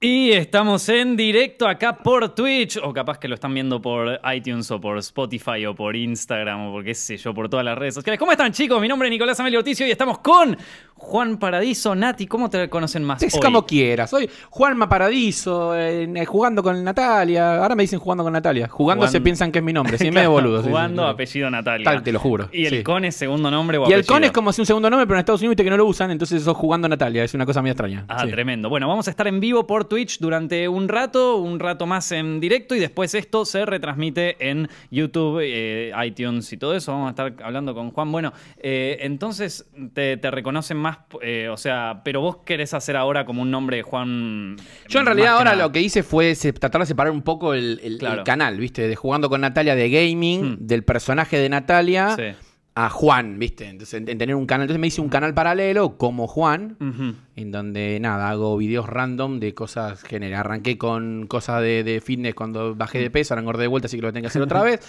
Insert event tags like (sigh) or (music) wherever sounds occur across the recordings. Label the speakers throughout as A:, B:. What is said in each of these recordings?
A: Y estamos en directo acá por Twitch, o capaz que lo están viendo por iTunes o por Spotify o por Instagram o por qué sé yo, por todas las redes sociales. ¿Cómo están chicos? Mi nombre es Nicolás Amelio Orticio y estamos con Juan Paradiso. Nati, ¿cómo te conocen más?
B: Es
A: hoy?
B: como quieras. Soy Juanma Paradiso, en- eh, jugando con Natalia. Ahora me dicen jugando con Natalia. Jugando
A: Juan-
B: se piensan que es
A: (laughs)
B: mi nombre. Sí,
A: Claro,
B: medio boludo. sí,
A: Jugando
B: sí, sí.
A: apellido Natalia.
B: Tal, te lo juro.
A: Y el
B: sí.
A: con es segundo nombre o
B: Y el
A: apellido.
B: con es como si un segundo nombre, pero en Estados Unidos viste que no lo usan, entonces sos jugando Natalia. Es una cosa muy extraña.
A: Ah,
B: Sí.
A: tremendo. Bueno, vamos a estar en vivo por Twitch durante un rato, un rato más en directo y después esto se retransmite en YouTube, eh, iTunes y todo eso. Vamos a estar hablando con Juan. Bueno, eh, entonces te, te reconocen más, eh, o sea, pero vos querés hacer ahora como un nombre de Juan.
B: Yo en
A: más
B: realidad ahora
A: nada.
B: lo que hice fue se- tratar de separar un poco el, el- el
A: Claro.
B: canal, ¿viste? De jugando con Natalia de gaming,
A: Hmm.
B: del personaje de Natalia
A: Sí. Hmm.
B: a Juan, ¿viste? Entonces, en, en tener un canal. Entonces me hice un canal paralelo como Juan,
A: Ujú.
B: en donde nada, hago videos random de cosas generales. Arranqué con cosas de, de fitness cuando bajé de peso, ahora engordé de vuelta, así que lo tengo que hacer
A: (laughs)
B: otra vez.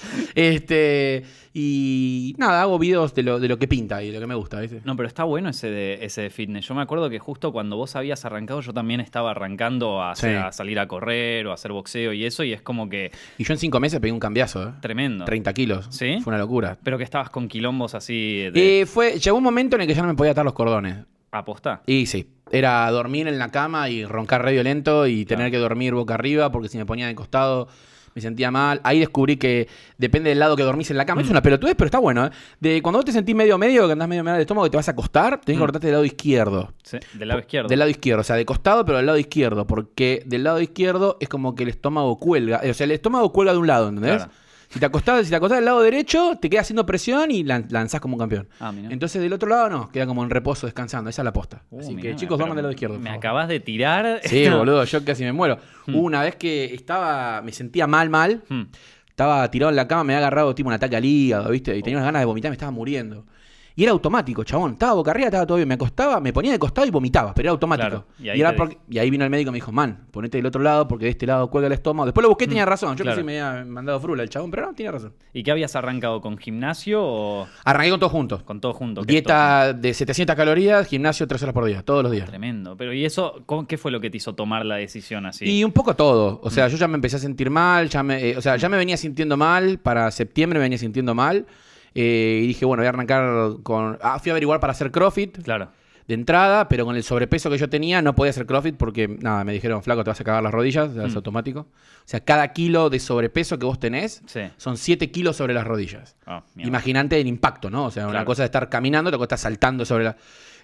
B: Este, y nada, hago videos de lo, de lo que pinta y de lo que me gusta, ¿viste?
A: No, pero está bueno ese de, ese de fitness. Yo me acuerdo que justo cuando vos habías arrancado, yo también estaba arrancando a, hacer-
B: Sí.
A: a salir a correr o a hacer boxeo y eso, y es como que
B: Y yo en cinco meses pegué un cambiazo, ¿eh?
A: tremendo.
B: 30 kilos.
A: ¿Sí?
B: Fue una locura.
A: Pero que estabas con quilombos así de
B: Eh, fue, llegó un momento en el que ya no me podía atar los cordones.
A: aposta.
B: Y sí, era dormir en la cama y roncar re violento y
A: Claro.
B: tener que dormir boca arriba porque si me ponía de costado me sentía mal. Ahí descubrí que depende del lado que dormís en la
A: Mm.
B: cama. Es una pelotudez, pero está bueno. ¿eh? De cuando vos te sentís medio medio, que andás medio medio del estómago y te vas a acostar, tenés que cortarte del lado izquierdo.
A: Sí, del Mm. lado izquierdo.
B: Del lado izquierdo, o sea, de costado, pero del lado izquierdo. Porque del lado izquierdo es como que el estómago cuelga. eh, O sea, el estómago cuelga de un lado, ¿entendés?
A: Claro.
B: Si te acostás, si te acostás del lado derecho, te queda haciendo presión y lan- lanzás como un campeón.
A: Ah, mirá.
B: Entonces del otro lado no, queda como en reposo descansando. Esa es la posta.
A: Uh,
B: Así
A: mirá,
B: que
A: pero
B: chicos, duerman del lado izquierdo. por
A: Me Hmm.
B: favor.
A: acabas de tirar.
B: Sí,
A: (laughs)
B: boludo, yo casi me muero. Hubo Una vez que estaba, me sentía mal, mal.
A: Hmm.
B: Estaba tirado en la cama, me había agarrado tipo un ataque al hígado, ¿viste? Y tenía unas ganas de vomitar, me estaba muriendo. Y era automático, chabón. Estaba boca arriba, estaba todo bien. Me acostaba, me ponía de costado y vomitaba, pero era automático.
A: Claro, y
B: Y,
A: ahí
B: era
A: te
B: porque- y ahí vino el médico y me dijo, man, ponete del otro lado porque de este lado cuelga el estómago. Después lo busqué, tenía razón. Yo
A: Hmm. claro.
B: pensé que me había mandado frula el chabón, pero no, tenía razón.
A: ¿Y qué habías arrancado con gimnasio o
B: Arranqué con todos juntos.
A: con todo junto? que es
B: Dieta de 700 calorías, gimnasio 3 horas por día, todos los
A: todo-
B: días.
A: Tremendo. Pero ¿y eso ¿cómo- qué fue lo que te hizo tomar la decisión así?
B: Y un poco todo. O sea, yo ya me empecé a sentir mal, ya me, eh, o sea, ya me venía sintiendo mal, para septiembre me venía sintiendo mal. eh, y dije, bueno, voy a arrancar con... Ah, fui a averiguar para hacer CrossFit
A: Claro.
B: de entrada, pero con el sobrepeso que yo tenía no podía hacer CrossFit porque, nada, me dijeron, flaco, te vas a cagar las rodillas, es automático. O sea, cada kilo de sobrepeso que vos tenés
A: Sí.
B: son 7 kilos sobre las rodillas.
A: Ah, mierda.
B: Imaginante el impacto, ¿no? O sea, una
A: Claro.
B: cosa de estar caminando, otra cosa de estar saltando sobre la.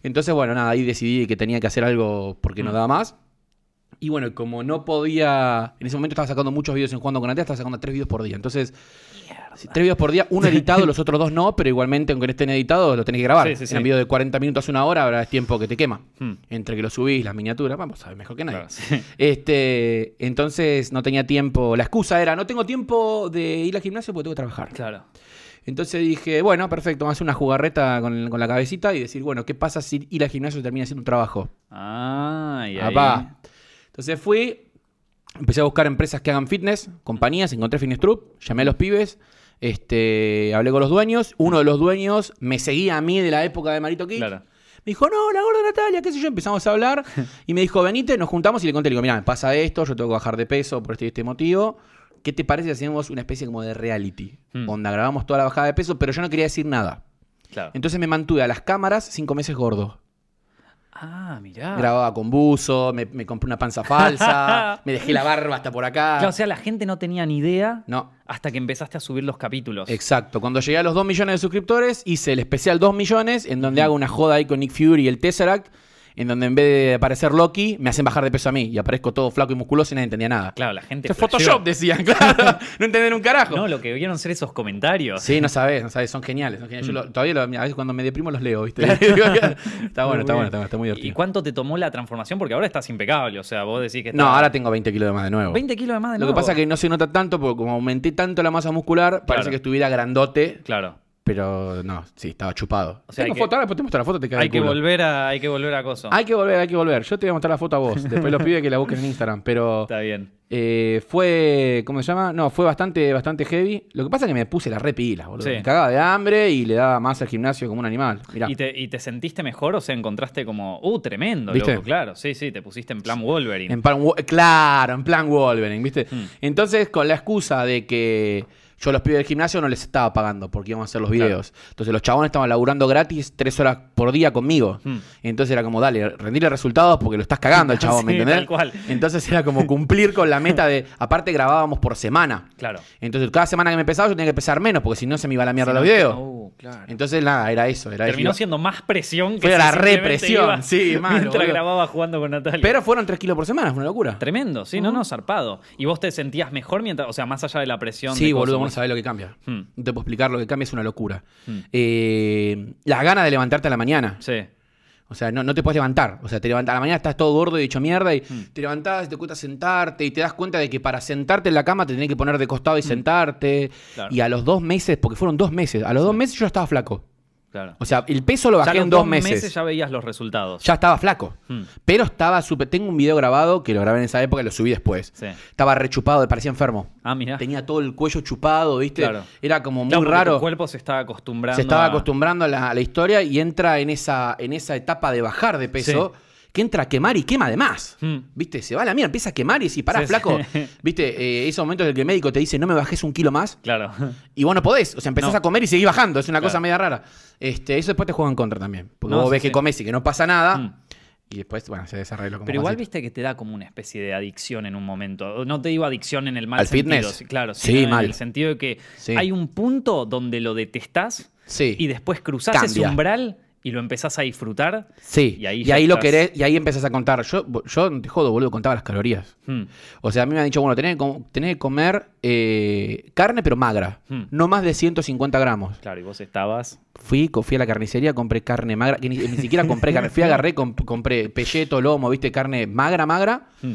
B: Entonces, bueno, nada, ahí decidí que tenía que hacer algo porque no
A: Mm.
B: daba más. Y bueno, como no podía. En ese momento estaba sacando muchos videos en jugando con Natalia, estaba sacando tres videos por día. Entonces, si- tres videos por día, uno editado, los otros dos no, pero igualmente, aunque no estén editados, los tenés que grabar.
A: Sí, sí, sí.
B: Eran videos de 40 minutos a una hora, ahora es tiempo que te quema.
A: Hmm.
B: Entre que lo subís, las miniaturas, vamos, sabes mejor que nadie.
A: Claro, sí. (laughs)
B: Este, entonces no tenía tiempo. La excusa era, no tengo tiempo de ir al gimnasio porque tengo que trabajar.
A: Claro.
B: Entonces dije, bueno, perfecto, vamos a hacer una jugarreta con, con la cabecita y decir, bueno, ¿qué pasa si ir al gimnasio termina siendo un trabajo?
A: Ah, y ahí-
B: Apá. Entonces fui, empecé a buscar empresas que hagan fitness, compañías, encontré Fitness Troop, llamé a los pibes, este, hablé con los dueños, uno de los dueños me seguía a mí de la época de Marito Kick.
A: Claro.
B: Me dijo, no, la gorda Natalia, qué sé yo, empezamos a
A: (laughs)
B: hablar. Y me dijo, venite, nos juntamos y le conté, le digo, mira, me pasa esto, yo tengo que bajar de peso por este y este motivo. ¿Qué te parece si hacemos una especie como de reality?
A: Hmm.
B: Onda, grabamos toda la bajada de peso, pero yo no quería decir nada.
A: Claro.
B: Entonces me mantuve a las cámaras cinco meses gordo.
A: Ah, mirá.
B: Grababa con buzo, me, me compré una
A: (laughs)
B: panza falsa, me dejé la barba hasta por acá.
A: Claro, o sea, la gente no tenía ni idea
B: No,
A: hasta que empezaste a subir los capítulos.
B: exacto. Cuando llegué a los 2 millones de suscriptores, hice el especial 2 millones, en donde hago una joda ahí con Nick Fury y el Tesseract, en donde en vez de aparecer Loki, me hacen bajar de peso a mí y aparezco todo flaco y musculoso y nadie entendía nada.
A: Claro, la gente.
B: Esto es
A: flasheó.
B: Photoshop, decían, (laughs) claro. no entendían un carajo.
A: No, lo que vieron ser esos comentarios.
B: Sí, no sabes, no sabes, son geniales. son
A: Mm.
B: geniales. Yo lo- todavía lo- a veces cuando me deprimo los
A: (laughs)
B: leo, ¿viste? está bueno, está bueno, está, está muy
A: ¿Y
B: divertido.
A: cuánto te tomó la transformación? Porque ahora estás impecable, o sea, vos decís que
B: No,
A: estás-
B: ahora tengo 20 kilos de más de nuevo.
A: 20 kilos de más de
B: Lo que
A: nuevo.
B: pasa es que no se nota tanto porque como aumenté tanto la masa muscular, parece que estuviera grandote,
A: Claro.
B: pero no, sí, estaba chupado.
A: O sea, hay
B: Tengo
A: que-
B: foto, ahora después te muestro la foto, te cae
A: Hay
B: el
A: que,
B: culo.
A: volver a, hay que volver a coso. (laughs)
B: Hay que volver, hay que volver. Yo te voy a mostrar la foto a vos, después los pibes que la busquen en Instagram, pero
A: Está bien.
B: Eh, fue, ¿cómo se llama? No, fue bastante, bastante heavy. Lo que pasa es que me puse la repila, boludo.
A: Sí.
B: Me cagaba de hambre y le daba más al gimnasio como un animal. Mirá.
A: ¿Y te, y te sentiste mejor? O sea, encontraste como, uh, tremendo,
B: ¿Viste?
A: loco, claro. Sí, sí, te pusiste en plan Wolverine.
B: En plan, Wo- claro, en plan Wolverine, ¿viste?
A: Mm.
B: Entonces, con la excusa de que yo a los pibes del gimnasio no les estaba pagando porque íbamos a hacer los
A: Claro.
B: videos. Entonces, los chabones estaban laburando gratis tres horas por día conmigo.
A: Mm.
B: Entonces, era como, dale, rendirle resultados porque lo estás cagando al chabón,
A: (laughs)
B: ¿me
A: Sí,
B: entendés?
A: tal cual.
B: Entonces, era como cumplir con la meta de. Aparte, grabábamos por semana.
A: Claro.
B: Entonces, cada semana que me pesaba, yo tenía que pesar menos porque si no se me iba a la mierda
A: Si no,
B: los videos.
A: uh, claro.
B: Entonces, nada, era eso. Era
A: Terminó
B: eso.
A: siendo más presión que
B: Fue
A: si
B: la
A: simplemente
B: represión,
A: iba
B: sí, malo,
A: Mientras
B: boludo.
A: grababa jugando con Natalia.
B: Pero fueron tres kilos por semana, es una locura.
A: Tremendo, sí, no, no, zarpado. ¿Y vos te sentías mejor mientras, o sea, más allá de la presión?
B: Sí,
A: de
B: boludo, vos no
A: cosas?
B: sabés lo que cambia.
A: Hmm.
B: No te puedo explicar lo que cambia, es una locura.
A: Hmm.
B: Eh, las ganas de levantarte a la mañana.
A: Sí.
B: O sea, no, no te puedes levantar. O sea, te levantas a la mañana, estás todo gordo y hecho mierda y
A: Hmm.
B: te levantás, te cuesta sentarte y te das cuenta de que para sentarte en la cama te tenés que poner de costado y sentarte.
A: Hmm. Claro.
B: Y a los dos meses, porque fueron dos meses, a los dos meses yo estaba flaco.
A: Claro.
B: O sea, el peso lo
A: Ya
B: bajé
A: los
B: en dos
A: dos
B: meses.
A: ya veías los resultados.
B: Ya estaba flaco.
A: Hmm.
B: Pero estaba súper. Tengo un video grabado que lo grabé en esa época y lo subí después.
A: Sí.
B: Estaba rechupado, parecía enfermo.
A: Ah, mirá.
B: Tenía todo el cuello chupado, ¿viste?
A: Claro.
B: Era como muy
A: Claro, porque
B: raro.
A: Tu cuerpo se estaba acostumbrando.
B: Se estaba
A: a-
B: acostumbrando a la, a la historia y entra en esa, en esa etapa de bajar de peso. Que entra a quemar y quema de más.
A: Hmm.
B: ¿Viste? Se va a la mierda, empieza a quemar y si pará,
A: Sí, (laughs)
B: flaco.
A: sí.
B: ¿Viste? Eh, esos momentos en el que el médico te dice, no me bajes un kilo más.
A: Claro.
B: Y vos no podés. O sea, empezás
A: No.
B: a comer y seguís bajando. Es una
A: Claro.
B: cosa media rara. Este, eso después te juega en contra también. Porque
A: No, sí,
B: vos ves
A: sí.
B: que comes y que no pasa nada.
A: Mm.
B: Y después, bueno, se desarregla
A: (laughs)
B: como
A: Pero igual
B: Juancito.
A: viste que te da como una especie de adicción en un momento. No te digo adicción en el mal
B: ¿Al
A: sentido.
B: fitness?
A: sí, Claro,
B: Sí,
A: sino en
B: mal.
A: el sentido de que
B: Sí.
A: hay un punto donde lo detestás
B: Sí.
A: y después cruzás ese
B: Cambia.
A: umbral y lo empezás a disfrutar.
B: Sí.
A: Y
B: Y
A: ahí
B: ahí,
A: ya
B: lo
A: estás.
B: querés, y ahí empezás a contar. Yo, yo no te jodo, boludo, contaba las calorías.
A: Mm.
B: O sea, a mí me han dicho, bueno, tenés que, com- tenés que comer eh, carne, pero magra.
A: Hmm.
B: No más de 150 gramos.
A: Claro, y vos estabas.
B: Fui, co- fui a la carnicería, compré carne magra. Que ni, ni siquiera compré carne. Fui, agarré, comp- compré pelleto, lomo, viste, carne magra, magra.
A: Mm.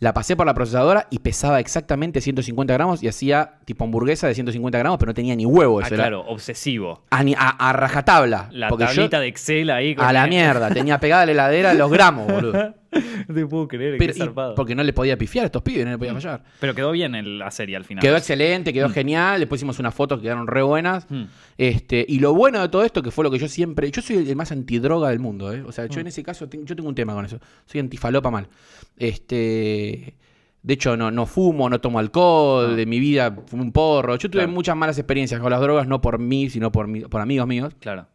B: La pasé por la procesadora y pesaba exactamente 150 gramos y hacía tipo hamburguesa de 150 gramos, pero no tenía ni huevo
A: Ah,
B: eso. Pues era
A: claro, obsesivo.
B: a, ni- a- a rajatabla.
A: La
B: porque yo-
A: tablita de Excel ahí. con
B: a la
A: el-
B: mierda. Tenía pegada a la heladera los gramos, boludo.
A: (laughs) No te puedo creer,
B: Pero-
A: qué
B: y-
A: zarpado.
B: porque no le podía pifiar a estos pibes, no le podía fallar.
A: Pero quedó bien el- la serie al final.
B: Quedó excelente, quedó genial. Después hicimos unas fotos que quedaron re buenas.
A: Mm.
B: Este, y lo bueno de todo esto, que fue lo que yo siempre. Yo soy el más antidroga del mundo, ¿eh? O sea, yo
A: Mm.
B: en ese caso ten- yo tengo un tema con eso. Soy antifalopa mal. Este. De hecho, no, no fumo, no tomo alcohol,
A: Ah.
B: de mi vida fumé un porro. Yo tuve
A: Claro.
B: muchas malas experiencias con las drogas, no por mí, sino por, mi- por amigos míos.
A: Claro.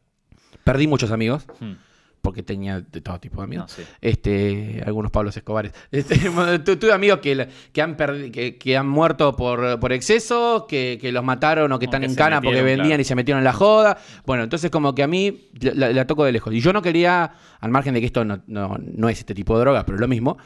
B: Perdí muchos amigos,
A: Mm.
B: porque tenía de todo tipo de amigos.
A: No, sí.
B: Este, algunos Pablos Escobares. (laughs) Este, bueno, tu- tuve amigos que, la- que, han perdi- que, que han muerto por, por exceso, que, que los mataron o que
A: O
B: están
A: que
B: en
A: se
B: cana porque
A: metieron,
B: vendían
A: claro.
B: y se metieron en la joda. Bueno, entonces como que a mí la, la- la toco de lejos. Y yo no quería, al margen de que esto no, no- no es este tipo de droga, pero lo mismo,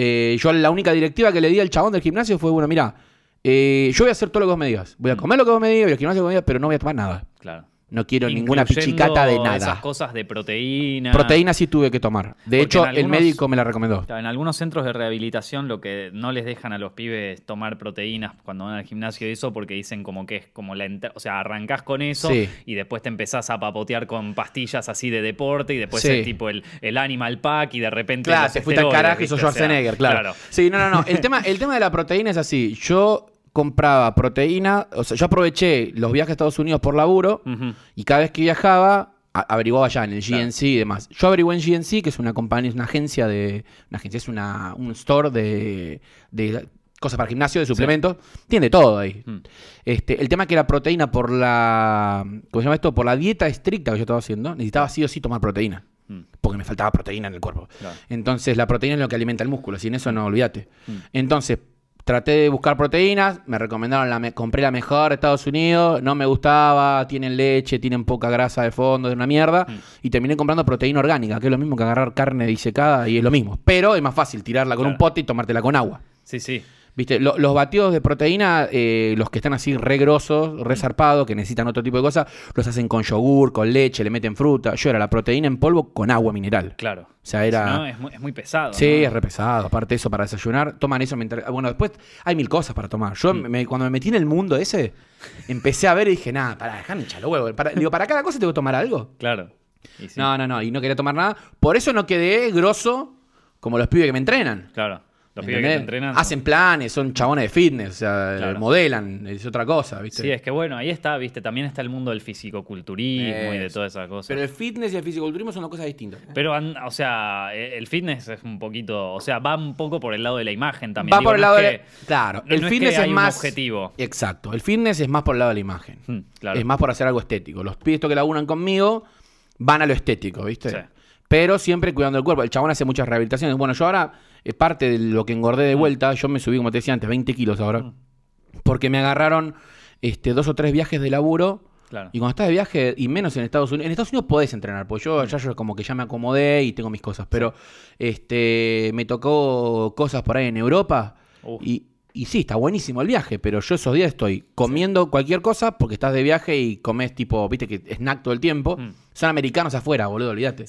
B: eh, yo la única directiva que le di al chabón del gimnasio fue, bueno, mira, eh, yo voy a hacer todo lo que vos me digas. Voy a
A: Mm.
B: comer lo que vos me digas, voy al gimnasio lo que vos me digas, pero no voy a tomar nada.
A: Claro.
B: No quiero ninguna
A: Incluyendo
B: pichicata de nada.
A: Esas cosas de proteína.
B: Proteína sí tuve que tomar.
A: Porque
B: De hecho,
A: en
B: el
A: algunos-
B: médico me la recomendó.
A: Claro, En algunos centros de rehabilitación lo que no les dejan a los pibes tomar proteínas cuando van al gimnasio y eso porque dicen como que es como la... entra- O sea, arrancás con eso
B: Sí.
A: y después te empezás a papotear con pastillas así de deporte y después
B: Sí.
A: es tipo el, el Animal Pack y de repente...
B: Claro,
A: los
B: se fuiste al
A: esteroides,
B: carajo y
A: ¿viste?
B: sos
A: O sea,
B: Schwarzenegger, claro. Sí, no, no, no. El tema, el tema de la proteína es así. Yo compraba proteína, o sea, yo aproveché los viajes a Estados Unidos por laburo
A: Ujú.
B: y cada vez que viajaba a- averiguaba ya en el
A: Claro.
B: GNC y demás. Yo averigué en GNC, que es una compañía, es una agencia de. Una agencia, es una, un store de, de cosas para gimnasio, de suplementos. Tiene todo ahí.
A: Mm.
B: Este, el tema es que la proteína por la. ¿Cómo se llama esto? Por la dieta estricta que yo estaba haciendo, necesitaba sí o sí tomar proteína.
A: Mm.
B: Porque me faltaba proteína en el cuerpo.
A: Claro.
B: Entonces, la proteína es lo que alimenta el músculo, sin eso no olvídate.
A: Mm.
B: Entonces, traté de buscar proteínas, me recomendaron, la me- compré la mejor de Estados Unidos, no me gustaba, tienen leche, tienen poca grasa de fondo, es una mierda,
A: Mm.
B: y terminé comprando proteína orgánica, que es lo mismo que agarrar carne disecada y es lo mismo. Pero es más fácil tirarla con un
A: Claro.
B: pote y tomártela con agua.
A: Sí, sí.
B: Viste, Lo- los batidos de proteína, eh, los que están así re grosos,
A: Mm.
B: re zarpados, que necesitan otro tipo de cosas, los hacen con yogur, con leche, le meten fruta. Yo era la proteína en polvo con agua mineral.
A: Claro.
B: O sea, era...
A: Si no, es, muy, es muy pesado.
B: Sí,
A: ¿no?
B: es re pesado. Aparte eso para desayunar, toman eso mientras... Bueno, después hay mil cosas para tomar. Yo
A: Mm.
B: me- cuando me metí en el mundo ese, empecé a ver y dije, nada, para, déjame echar los huevos. Para, digo, ¿para cada cosa tengo que tomar algo?
A: Claro. Y sí,
B: No, no, no. Y no quería tomar nada. Por eso no quedé grosso como los pibes que me entrenan.
A: Claro. Los pibes que te
B: ¿entendés?
A: entrenan. son-
B: Hacen planes, son chabones de fitness, o sea,
A: Claro.
B: modelan, es otra cosa, ¿viste?
A: Sí, es que bueno, ahí está, viste, también está el mundo del fisicoculturismo y de
B: Eso.
A: todas esas cosas.
B: Pero el fitness y el fisiculturismo son dos cosas distintas.
A: Pero, an- o sea, e- el fitness es un poquito, o sea, va un poco por el lado de la imagen también.
B: Va
A: Digo,
B: por el
A: no
B: lado
A: es
B: de
A: que-
B: la- Claro,
A: no es
B: el
A: que
B: fitness
A: hay
B: es
A: un
B: más.
A: objetivo.
B: Exacto, el fitness es más por el lado de la imagen.
A: Mm, claro.
B: Es más por hacer algo estético. Los pibes estos que laburan conmigo van a lo estético, ¿viste?
A: Sí.
B: Pero siempre cuidando el cuerpo. El chabón hace muchas rehabilitaciones. Bueno, yo ahora, eh, parte de lo que engordé
A: Mm.
B: de vuelta, yo me subí, como te decía antes, 20 kilos ahora. Porque me agarraron este, dos o tres viajes de laburo.
A: Claro.
B: Y cuando estás de viaje, y menos en Estados Unidos, en Estados Unidos podés entrenar, porque yo ya yo como que ya me acomodé y tengo mis cosas, pero este me tocó cosas por ahí en Europa
A: Uf.
B: y, y sí, está buenísimo el viaje, pero yo esos días estoy comiendo cualquier cosa porque estás de viaje y comes tipo, viste que snack todo el tiempo.
A: Mm.
B: Son americanos afuera, boludo, olvídate.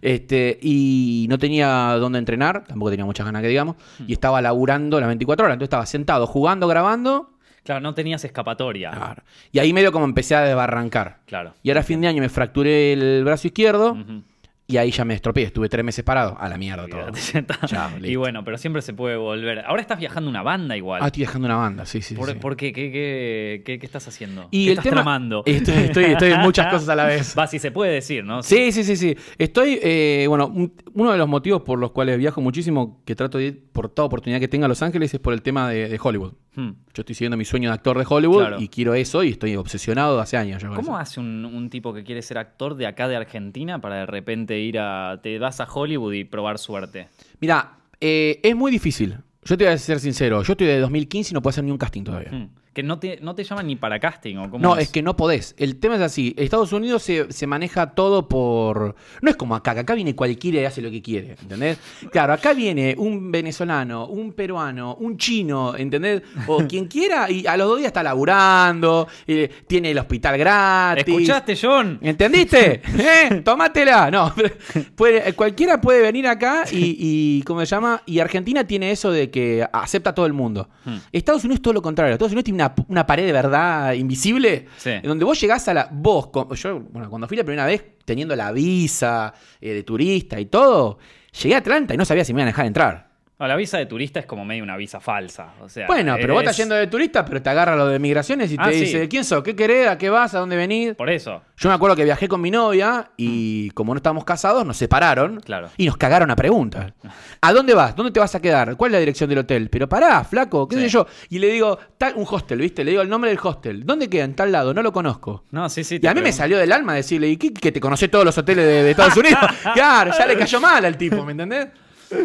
B: Este, y no tenía dónde entrenar, tampoco tenía muchas ganas que digamos,
A: Mm.
B: y estaba laburando las 24 horas, entonces estaba sentado, jugando, grabando.
A: Claro, no tenías escapatoria.
B: Claro. Y ahí medio como empecé a desbarrancar.
A: Claro.
B: Y ahora a fin de año me fracturé el brazo izquierdo
A: Ujú.
B: y ahí ya me estropeé. Estuve tres meses parado. A la mierda todo.
A: Ya está.
B: Chao,
A: y
B: listo.
A: bueno, pero siempre se puede volver. Ahora estás viajando una banda igual.
B: Ah, estoy dejando una banda, sí, sí.
A: ¿Por,
B: sí.
A: por qué? ¿Qué, qué, qué- qué estás haciendo? ¿Qué
B: Y el
A: estás
B: tema-
A: tramando?
B: (laughs) Estoy, estoy, estoy en muchas
A: (laughs)
B: cosas a la vez.
A: Va, si se puede decir, ¿no?
B: Sí, sí, sí, sí. Estoy, eh, bueno, un- uno de los motivos por los cuales viajo muchísimo, que trato de ir por toda oportunidad que tenga a Los Ángeles, es por el tema de, de Hollywood.
A: Hmm.
B: Yo estoy siguiendo mi sueño de actor de Hollywood
A: Claro.
B: y quiero eso y estoy obsesionado hace años. ya con
A: ¿Cómo
B: eso.
A: hace un, un tipo que quiere ser actor de acá de Argentina para de repente ir a. te vas a Hollywood y probar suerte?
B: Mira, eh, es muy difícil. Yo te voy a ser sincero. Yo estoy de 2015 y no puedo hacer ni un casting todavía.
A: Hmm. Que no te, no te llaman ni para casting o cómo
B: No, es? que no podés. El tema es así. Estados Unidos se, se maneja todo por... No es como acá, que acá viene cualquiera y hace lo que quiere, ¿entendés? Claro, acá viene un venezolano, un peruano, un chino, ¿entendés?
A: (laughs)
B: O quien quiera, y a los dos días está laburando, eh, tiene el hospital gratis.
A: ¿Escuchaste, John?
B: ¿Entendiste?
A: (laughs)
B: (laughs) ¿Eh? Tómatela. No, (laughs) puede- eh, cualquiera puede venir acá y, y, ¿cómo se llama? Y Argentina tiene eso de que acepta a todo el mundo.
A: Hmm.
B: Estados Unidos es todo lo contrario. Estados Unidos tiene una, una pared de verdad invisible
A: Sí.
B: en donde vos llegás a la... Vos, con- yo, bueno, cuando fui la primera vez teniendo la visa eh, de turista y todo, llegué a Atlanta y no sabía si me iban a dejar entrar.
A: No, la visa de turista es como medio una visa falsa. O sea,
B: Bueno, pero vos
A: es-
B: estás yendo de turista, pero te agarra lo de migraciones y
A: Ah,
B: te
A: sí.
B: dice, ¿quién sos? ¿Qué querés? ¿A qué vas? ¿A dónde venís?
A: Por eso.
B: Yo me acuerdo que viajé con mi novia y como no estábamos casados, nos separaron
A: Claro.
B: y nos cagaron a preguntas. ¿A dónde vas? ¿Dónde te vas a quedar? ¿Cuál es la dirección del hotel? Pero pará, flaco, qué
A: Sí.
B: sé yo. Y le digo, tal, un hostel, ¿viste? Le digo el nombre del hostel. ¿Dónde queda? En tal lado, no lo conozco.
A: No, sí, sí.
B: Y
A: te
B: a mí me
A: pregunto.
B: salió del alma decirle, ¿y qué? Que te conocés todos los hoteles de, de Estados Unidos. claro, ya le cayó mal al tipo, ¿me entendés?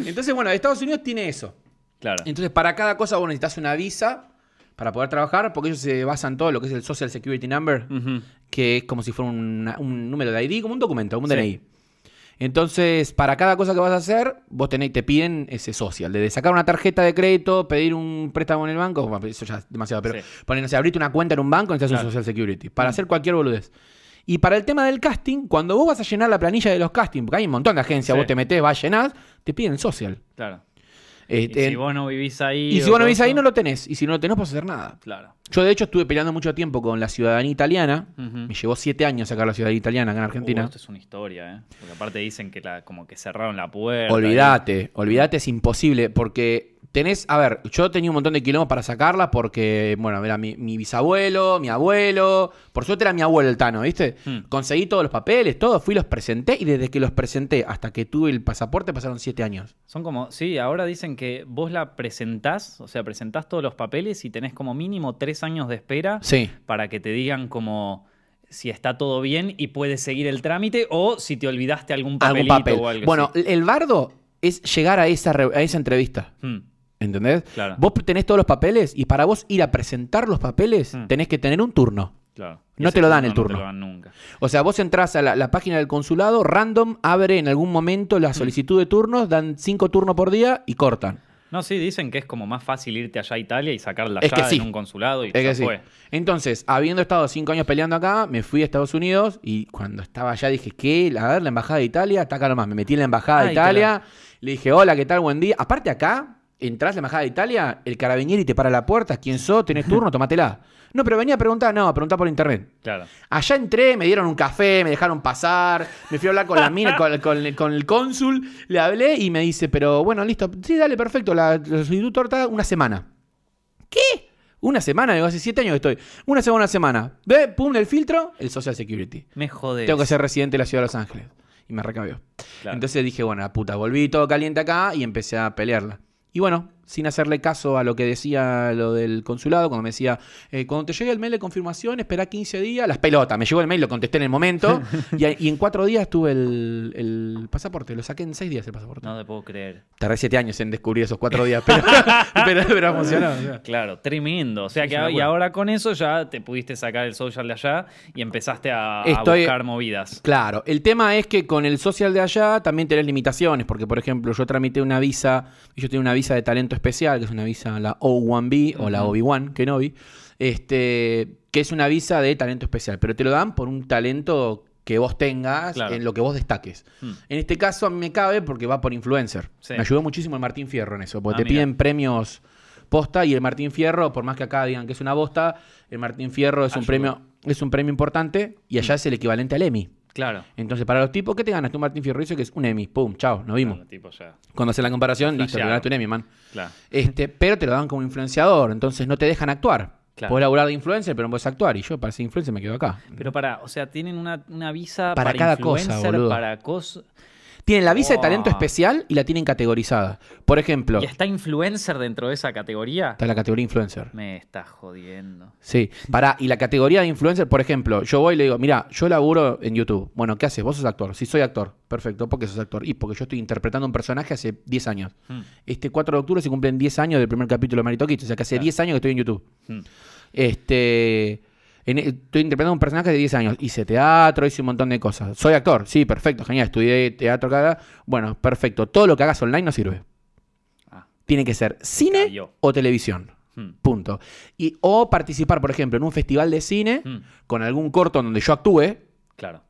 B: Entonces, bueno, Estados Unidos tiene eso.
A: Claro.
B: Entonces, para cada cosa vos necesitas una visa para poder trabajar, porque ellos se basan todo lo que es el Social Security Number,
A: Ujú.
B: que es como si fuera una- un número de ID, como un documento, un
A: Sí.
B: DNI. Entonces, para cada cosa que vas a hacer, vos tenés, te piden ese social. Desde sacar una tarjeta de crédito, pedir un préstamo en el banco, bueno, eso ya es demasiado, pero
A: Sí.
B: poner, no sé, abrirte una cuenta en un banco, necesitas
A: Claro.
B: un social security. Para hacer cualquier boludez. Y para el tema del casting, cuando vos vas a llenar la planilla de los castings, porque hay un montón de agencias,
A: Sí.
B: vos te metés, vas a llenar, te piden el social.
A: Claro. Y
B: Este,
A: si vos no vivís ahí.
B: y si
A: o
B: vos no vivís ahí,
A: coso,
B: no lo tenés. Y si no lo tenés, no podés hacer nada.
A: Claro.
B: Yo, de hecho, estuve peleando mucho tiempo con la ciudadanía italiana.
A: Ujú.
B: Me llevó siete años sacar la ciudadanía italiana acá en
A: Uh,
B: Argentina.
A: esto es una historia, ¿eh? Porque aparte dicen que la, como que cerraron la puerta.
B: olvídate, olvídate, es imposible. Porque tenés, a ver, yo tenía un montón de kilómetros para sacarla porque, bueno, era mi, mi bisabuelo, mi abuelo. Por suerte era mi abuelo el Tano, ¿viste?
A: Hmm.
B: Conseguí todos los papeles, todo, fui, los presenté. Y desde que los presenté hasta que tuve el pasaporte pasaron siete años.
A: Son como, sí, ahora dicen que vos la presentás, o sea, presentás todos los papeles y tenés como mínimo tres años de espera
B: Sí.
A: para que te digan como si está todo bien y puedes seguir el trámite o si te olvidaste algún
B: Algún
A: papelito
B: papel.
A: o algo
B: Bueno, el bardo es llegar a esa, re- a esa entrevista.
A: así. Mm,
B: ¿Entendés?
A: Claro.
B: Vos tenés todos los papeles y para vos ir a presentar los papeles
A: Mm.
B: tenés que tener un turno.
A: claro.
B: No
A: Ese
B: te lo dan el
A: No te
B: turno.
A: lo dan nunca.
B: O sea, vos entrás a la, la página del consulado, random, abre en algún momento
A: Mm.
B: la solicitud de turnos, dan cinco turnos por día y cortan.
A: No, sí, dicen que es como más fácil irte allá a Italia y sacar la
B: Es que
A: llave
B: sí.
A: en un consulado y
B: Es
A: ya
B: que sí.
A: fue.
B: Entonces, habiendo estado cinco años peleando acá, me fui a Estados Unidos y cuando estaba allá dije, ¿qué? A ver, la embajada de Italia, acá nomás. Me metí en la embajada
A: Ay,
B: de Italia, le dije, hola, ¿qué tal? Buen día. Aparte acá, Entrás a la Embajada de Italia, el carabinieri te para la puerta, ¿quién sos? ¿Tenés turno? Tomatela. No, pero venía a preguntar, no, a preguntar por internet.
A: Claro.
B: Allá entré, me dieron un café, me dejaron pasar, me fui a hablar con la mina, con, con- con el cónsul, le hablé y me dice, pero bueno, listo, sí, dale, perfecto, la, la solicitud tarda una semana. ¿Qué? Una semana, digo, hace siete años que estoy. Una semana, una semana. Ve, pum, el filtro, el Social Security.
A: Me jodés.
B: Tengo que ser residente de la ciudad de Los Ángeles. Y me recabió.
A: Claro.
B: Entonces dije, bueno, la puta, volví todo caliente acá y empecé a pelearla. Y bueno, sin hacerle caso a lo que decía lo del consulado, cuando me decía, eh, cuando te llegue el mail de confirmación, espera 15 días, las pelotas. Me llegó el mail, lo contesté en el (laughs) momento. y, a- y en cuatro días tuve el, el pasaporte. Lo saqué en seis días el pasaporte.
A: No te puedo creer.
B: Tardé siete años en descubrir esos cuatro días, (laughs) pero, pero, pero
A: (laughs)
B: funcionó. o sea.
A: Claro, tremendo. O sea
B: Sí,
A: que
B: es una
A: y
B: locura.
A: ahora con eso ya te pudiste sacar el social de allá y empezaste a, a
B: Estoy-
A: buscar movidas.
B: Claro, el tema es que con el social de allá también tenés limitaciones, porque por ejemplo yo tramité una visa, yo tengo una visa de talento especial, que es una visa, la O1B o la OB1, Kenobi, este, que es una visa de talento especial, pero te lo dan por un talento que vos tengas,
A: Claro.
B: en lo que vos destaques.
A: Mm.
B: En este caso a mí me cabe porque va por influencer.
A: Sí.
B: Me ayudó muchísimo el Martín Fierro en eso,
A: Ah,
B: porque te
A: mira.
B: piden premios posta y el Martín Fierro, por más que acá digan que es una bosta, el Martín Fierro es un
A: Ayuda. Mm.
B: premio es un premio importante y allá es el equivalente al Emmy.
A: Claro.
B: Entonces, para los tipos, ¿qué te ganas? Tú Martín Fierro dice que es un Emmy. Pum, chao, nos vimos.
A: Claro, tipo ya.
B: Cuando haces la comparación, listo, te
A: Flashearon.
B: ganaste un Emmy, man.
A: Claro.
B: Este, pero te lo dan como influenciador, entonces no te dejan actuar.
A: Claro.
B: Podés laburar de influencer, pero no podés actuar. Y yo, para ser influencer, me quedo acá.
A: Pero para, o sea, tienen una, una visa
B: Para cada cosa,
A: influencer,
B: boludo.
A: para cosas.
B: Tienen la visa de talento
A: Wow.
B: especial y la tienen categorizada. Por ejemplo,
A: ¿Y está influencer dentro de esa categoría?
B: está la categoría influencer.
A: Me está jodiendo.
B: Sí, pará, y la categoría de influencer, por ejemplo, yo voy y le digo, mira, yo laburo en YouTube. Bueno, ¿qué haces? Vos sos actor. Sí, soy actor. Perfecto, ¿por qué sos actor? Y porque yo estoy interpretando un personaje hace 10 años.
A: Hmm.
B: Este 4 de octubre se cumplen 10 años del primer capítulo de Marito Kitsch, o sea que hace
A: Claro.
B: 10 años que estoy en YouTube.
A: Hmm.
B: Este, en- estoy interpretando un personaje de 10 años. Hice teatro, hice un montón de cosas. Soy actor, sí, perfecto, genial. Estudié teatro cada. Bueno, perfecto. Todo lo que hagas online no sirve.
A: Ah.
B: Tiene que ser cine
A: Cayó.
B: o televisión.
A: Hmm.
B: Punto. Y, o participar, por ejemplo, en un festival de cine
A: Hmm.
B: con algún corto en donde yo actúe,
A: Claro.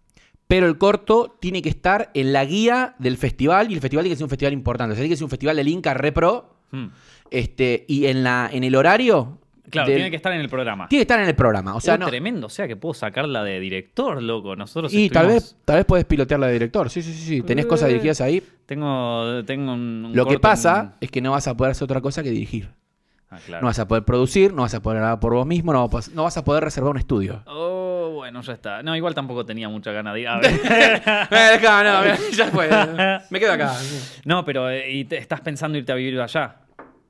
B: pero el corto tiene que estar en la guía del festival y el festival tiene que ser un festival importante. O sea, tiene que ser un festival del Inca Repro
A: Hmm.
B: este, y en, la, en el horario.
A: Claro,
B: del-
A: tiene que estar en el programa.
B: tiene que estar en el programa. O sea,
A: Uh,
B: no-
A: tremendo. O sea que puedo sacarla de director, loco. Nosotros
B: Y tal
A: estuvimos-
B: vez, tal vez puedes pilotearla de director. Sí, sí, sí. sí. Tenés cosas
A: Eh.
B: dirigidas ahí.
A: Tengo, tengo un, un
B: Lo que
A: corto
B: pasa
A: en-
B: es que no vas a poder hacer otra cosa que dirigir.
A: Ah, claro.
B: No vas a poder producir, no vas a poder grabar por vos mismo, no vas a- no vas a poder reservar un
A: (laughs)
B: estudio.
A: Oh, bueno, ya está. No, igual tampoco tenía mucha ganas de ir.
B: (laughs)
A: A ver.
B: Eh, dejá, no, mirá, (laughs) ya fue. Me quedo acá.
A: no, pero eh, ¿y te- estás pensando irte a vivir allá?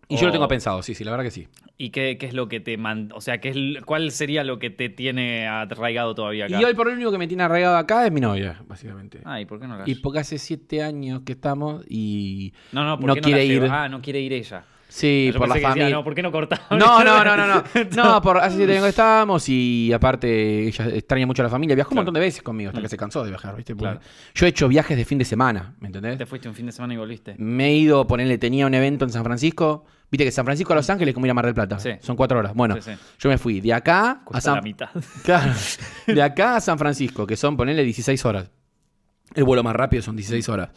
B: Y yo
A: O-
B: lo tengo pensado, sí, sí, la verdad que sí.
A: ¿Y qué, qué es lo que te man- O sea, ¿qué es l- ¿cuál sería lo que te tiene arraigado todavía acá? Ah,
B: Y hoy por hoy, lo único que me tiene arraigado acá es mi novia, básicamente.
A: Ay, ¿por qué no la
B: Y porque hace siete años que estamos y.
A: No, no, ¿por
B: no
A: qué
B: quiere
A: la llevo?
B: ir.
A: Ah, no quiere ir ella.
B: Sí,
A: Yo pensé
B: por la
A: que decía,
B: familia.
A: no, ¿por qué no cortamos?
B: No, no, no, no, no. No, por hace siete años que estábamos y aparte ella extraña mucho a la familia. Viajó un
A: Claro. Mm.
B: montón de veces conmigo hasta que se cansó de viajar, ¿viste? Porque
A: Claro.
B: Yo he hecho viajes de fin de semana, ¿me
A: (laughs)
B: entendés?
A: Te fuiste un fin de semana y volviste.
B: Me he ido, ponerle, tenía un evento en San Francisco. Viste que San Francisco a Los Ángeles es como ir a Mar del Plata.
A: Sí.
B: Son cuatro horas. Bueno,
A: Sí, sí.
B: yo me fui de acá
A: Cuesta
B: a San
A: la mitad. (laughs)
B: Claro. De acá a San Francisco, que son, ponerle 16 horas. El vuelo más rápido son 16 horas.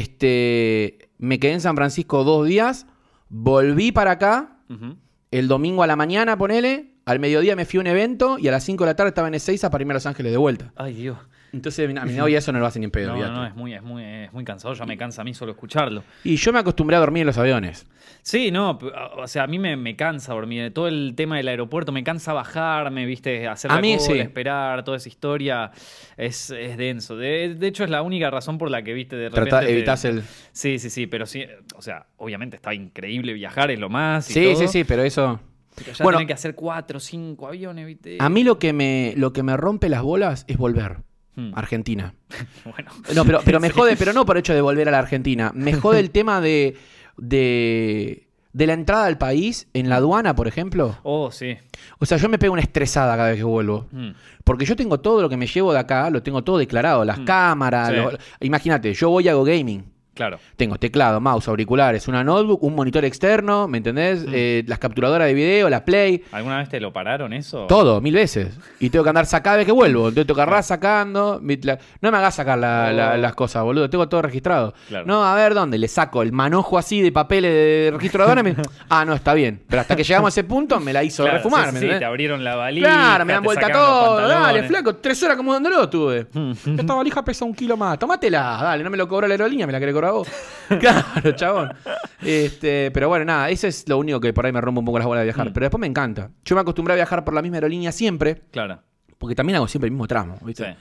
B: Este. Me quedé en San Francisco dos días. Volví para acá.
A: Ujú.
B: El domingo a la mañana, ponele. Al mediodía me fui a un evento y a las 5 de la tarde estaba en Ezeiza para irme a Los Ángeles de vuelta.
A: Ay, Dios.
B: Entonces, a mi novia eso no lo hace ni en pedo.
A: No,
B: olvídate.
A: no, no, es muy, es, muy, es muy cansado. Ya me cansa a mí solo escucharlo.
B: Y yo me acostumbré a dormir en los aviones.
A: Sí, no, p- a- o sea, a mí me, me cansa dormir. Todo el tema del aeropuerto, me cansa bajarme, viste, hacer
B: A
A: la
B: mí
A: cola,
B: sí.
A: esperar, toda esa historia. Es, es denso. De, de hecho, es la única razón por la que, viste, de repente...
B: Tratá, e-,
A: te-
B: evitás el.
A: Sí, sí, sí, pero sí, o sea, obviamente está increíble viajar, es lo más y
B: Sí,
A: todo,
B: sí, sí, pero eso.
A: pero ya
B: Bueno.
A: tener que hacer cuatro, cinco aviones, viste.
B: A mí lo que me, lo que me rompe las bolas es volver.
A: Hmm.
B: a Argentina.
A: Bueno,
B: No, pero, pero me (laughs) jode, pero no por hecho de volver a la Argentina. Me jode el tema de, de, de la entrada al país en la aduana, por ejemplo.
A: (laughs) oh, sí.
B: O sea, yo me pego una estresada cada vez que vuelvo.
A: Mm.
B: Porque yo tengo todo lo que me llevo de acá, lo tengo todo declarado. Las
A: Mm.
B: cámaras,
A: Sí.
B: los- imagínate, yo voy y hago gaming.
A: Claro.
B: Tengo teclado, mouse, auriculares, una notebook, un monitor externo, ¿me entendés?
A: Mm.
B: Eh, las capturadoras de video, la Play,
A: ¿Alguna vez te lo pararon eso?
B: todo, mil veces. Y tengo que andar sacando cada vez que vuelvo. Entonces tengo que agarrar sacando. mi- la- no me hagas sacar la-
A: Oh.
B: la- las cosas, boludo. Tengo todo registrado.
A: Claro.
B: No, a ver, ¿dónde? Le saco el manojo así de papeles de registradora.
A: (laughs)
B: y me- Ah, no, está bien. Pero hasta que llegamos a ese punto me la hizo
A: Claro, sí,
B: refumar, ¿me
A: sí, sí,
B: entendés?
A: te abrieron la valija.
B: Claro, me dan
A: te
B: vuelta
A: sacaron los
B: todo. Dale,
A: pantalones.
B: flaco, tres horas
A: (laughs)
B: acomodándolo tuve. Esta valija pesa un kilo más. Tómatela, dale, no me lo cobró la aerolínea, me la querés cobrar vos. (laughs) claro, chabón. Este, pero bueno, nada, eso es lo único que por ahí me rompe un poco las bolas de
A: Mm.
B: viajar. Pero después me encanta. Yo me acostumbré a viajar por la misma aerolínea siempre,
A: Claro.
B: porque también hago siempre el mismo tramo, ¿viste?
A: Sí.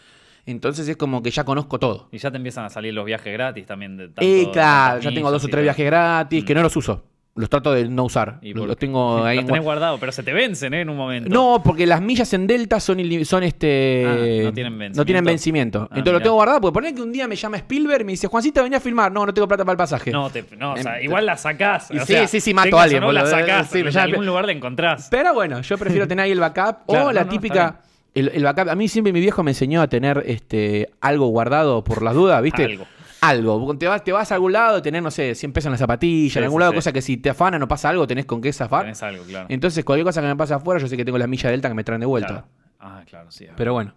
B: Entonces es como que ya conozco todo.
A: Y ya te empiezan a salir los viajes gratis también. De tanto-
B: Eh, claro,
A: tantas
B: ya tengo
A: millas
B: dos o
A: y
B: tres
A: todo. Mm.
B: viajes gratis que no los uso. Los trato de no usar.
A: Y
B: Los
A: por-
B: los tengo
A: (laughs)
B: ahí
A: los
B: en
A: tenés guardado, pero se te vencen ¿eh? en un momento.
B: No, porque las millas en Delta son, ili- son este.
A: Ah, no tienen vencimiento.
B: no tienen vencimiento.
A: Ah,
B: Entonces lo
A: mirá.
B: tengo guardado, porque poner que un día me llama Spielberg y me dice, Juancito, vení a filmar. No, no tengo plata para el pasaje.
A: No, te- no, o sea,
B: Em,
A: igual la sacás.
B: Y
A: o
B: sí,
A: sea,
B: sí, sí, mato a
A: tengas o
B: alguien,
A: No la
B: boludo. eh,
A: sacás,
B: Sí,
A: en
B: ya-
A: algún lugar la encontrás.
B: Pero bueno,
A: (laughs)
B: yo prefiero tener ahí el
A: Claro,
B: backup. o
A: no, no,
B: la
A: está
B: típica. El, el backup. A mí siempre mi viejo me enseñó a tener este algo guardado por las dudas, ¿viste?
A: Algo.
B: Algo. Te vas, te vas a algún lado, tener, no sé, 100 pesos en la zapatilla,
A: Sí,
B: en algún
A: sí,
B: lado,
A: sí.
B: cosa que si te afana, no pasa algo, tenés con qué zafar.
A: Tenés algo, claro.
B: Entonces, cualquier cosa que me pasa afuera, yo sé que tengo la milla delta que me traen de vuelta.
A: Claro. Ah, claro, sí.
B: Pero bueno.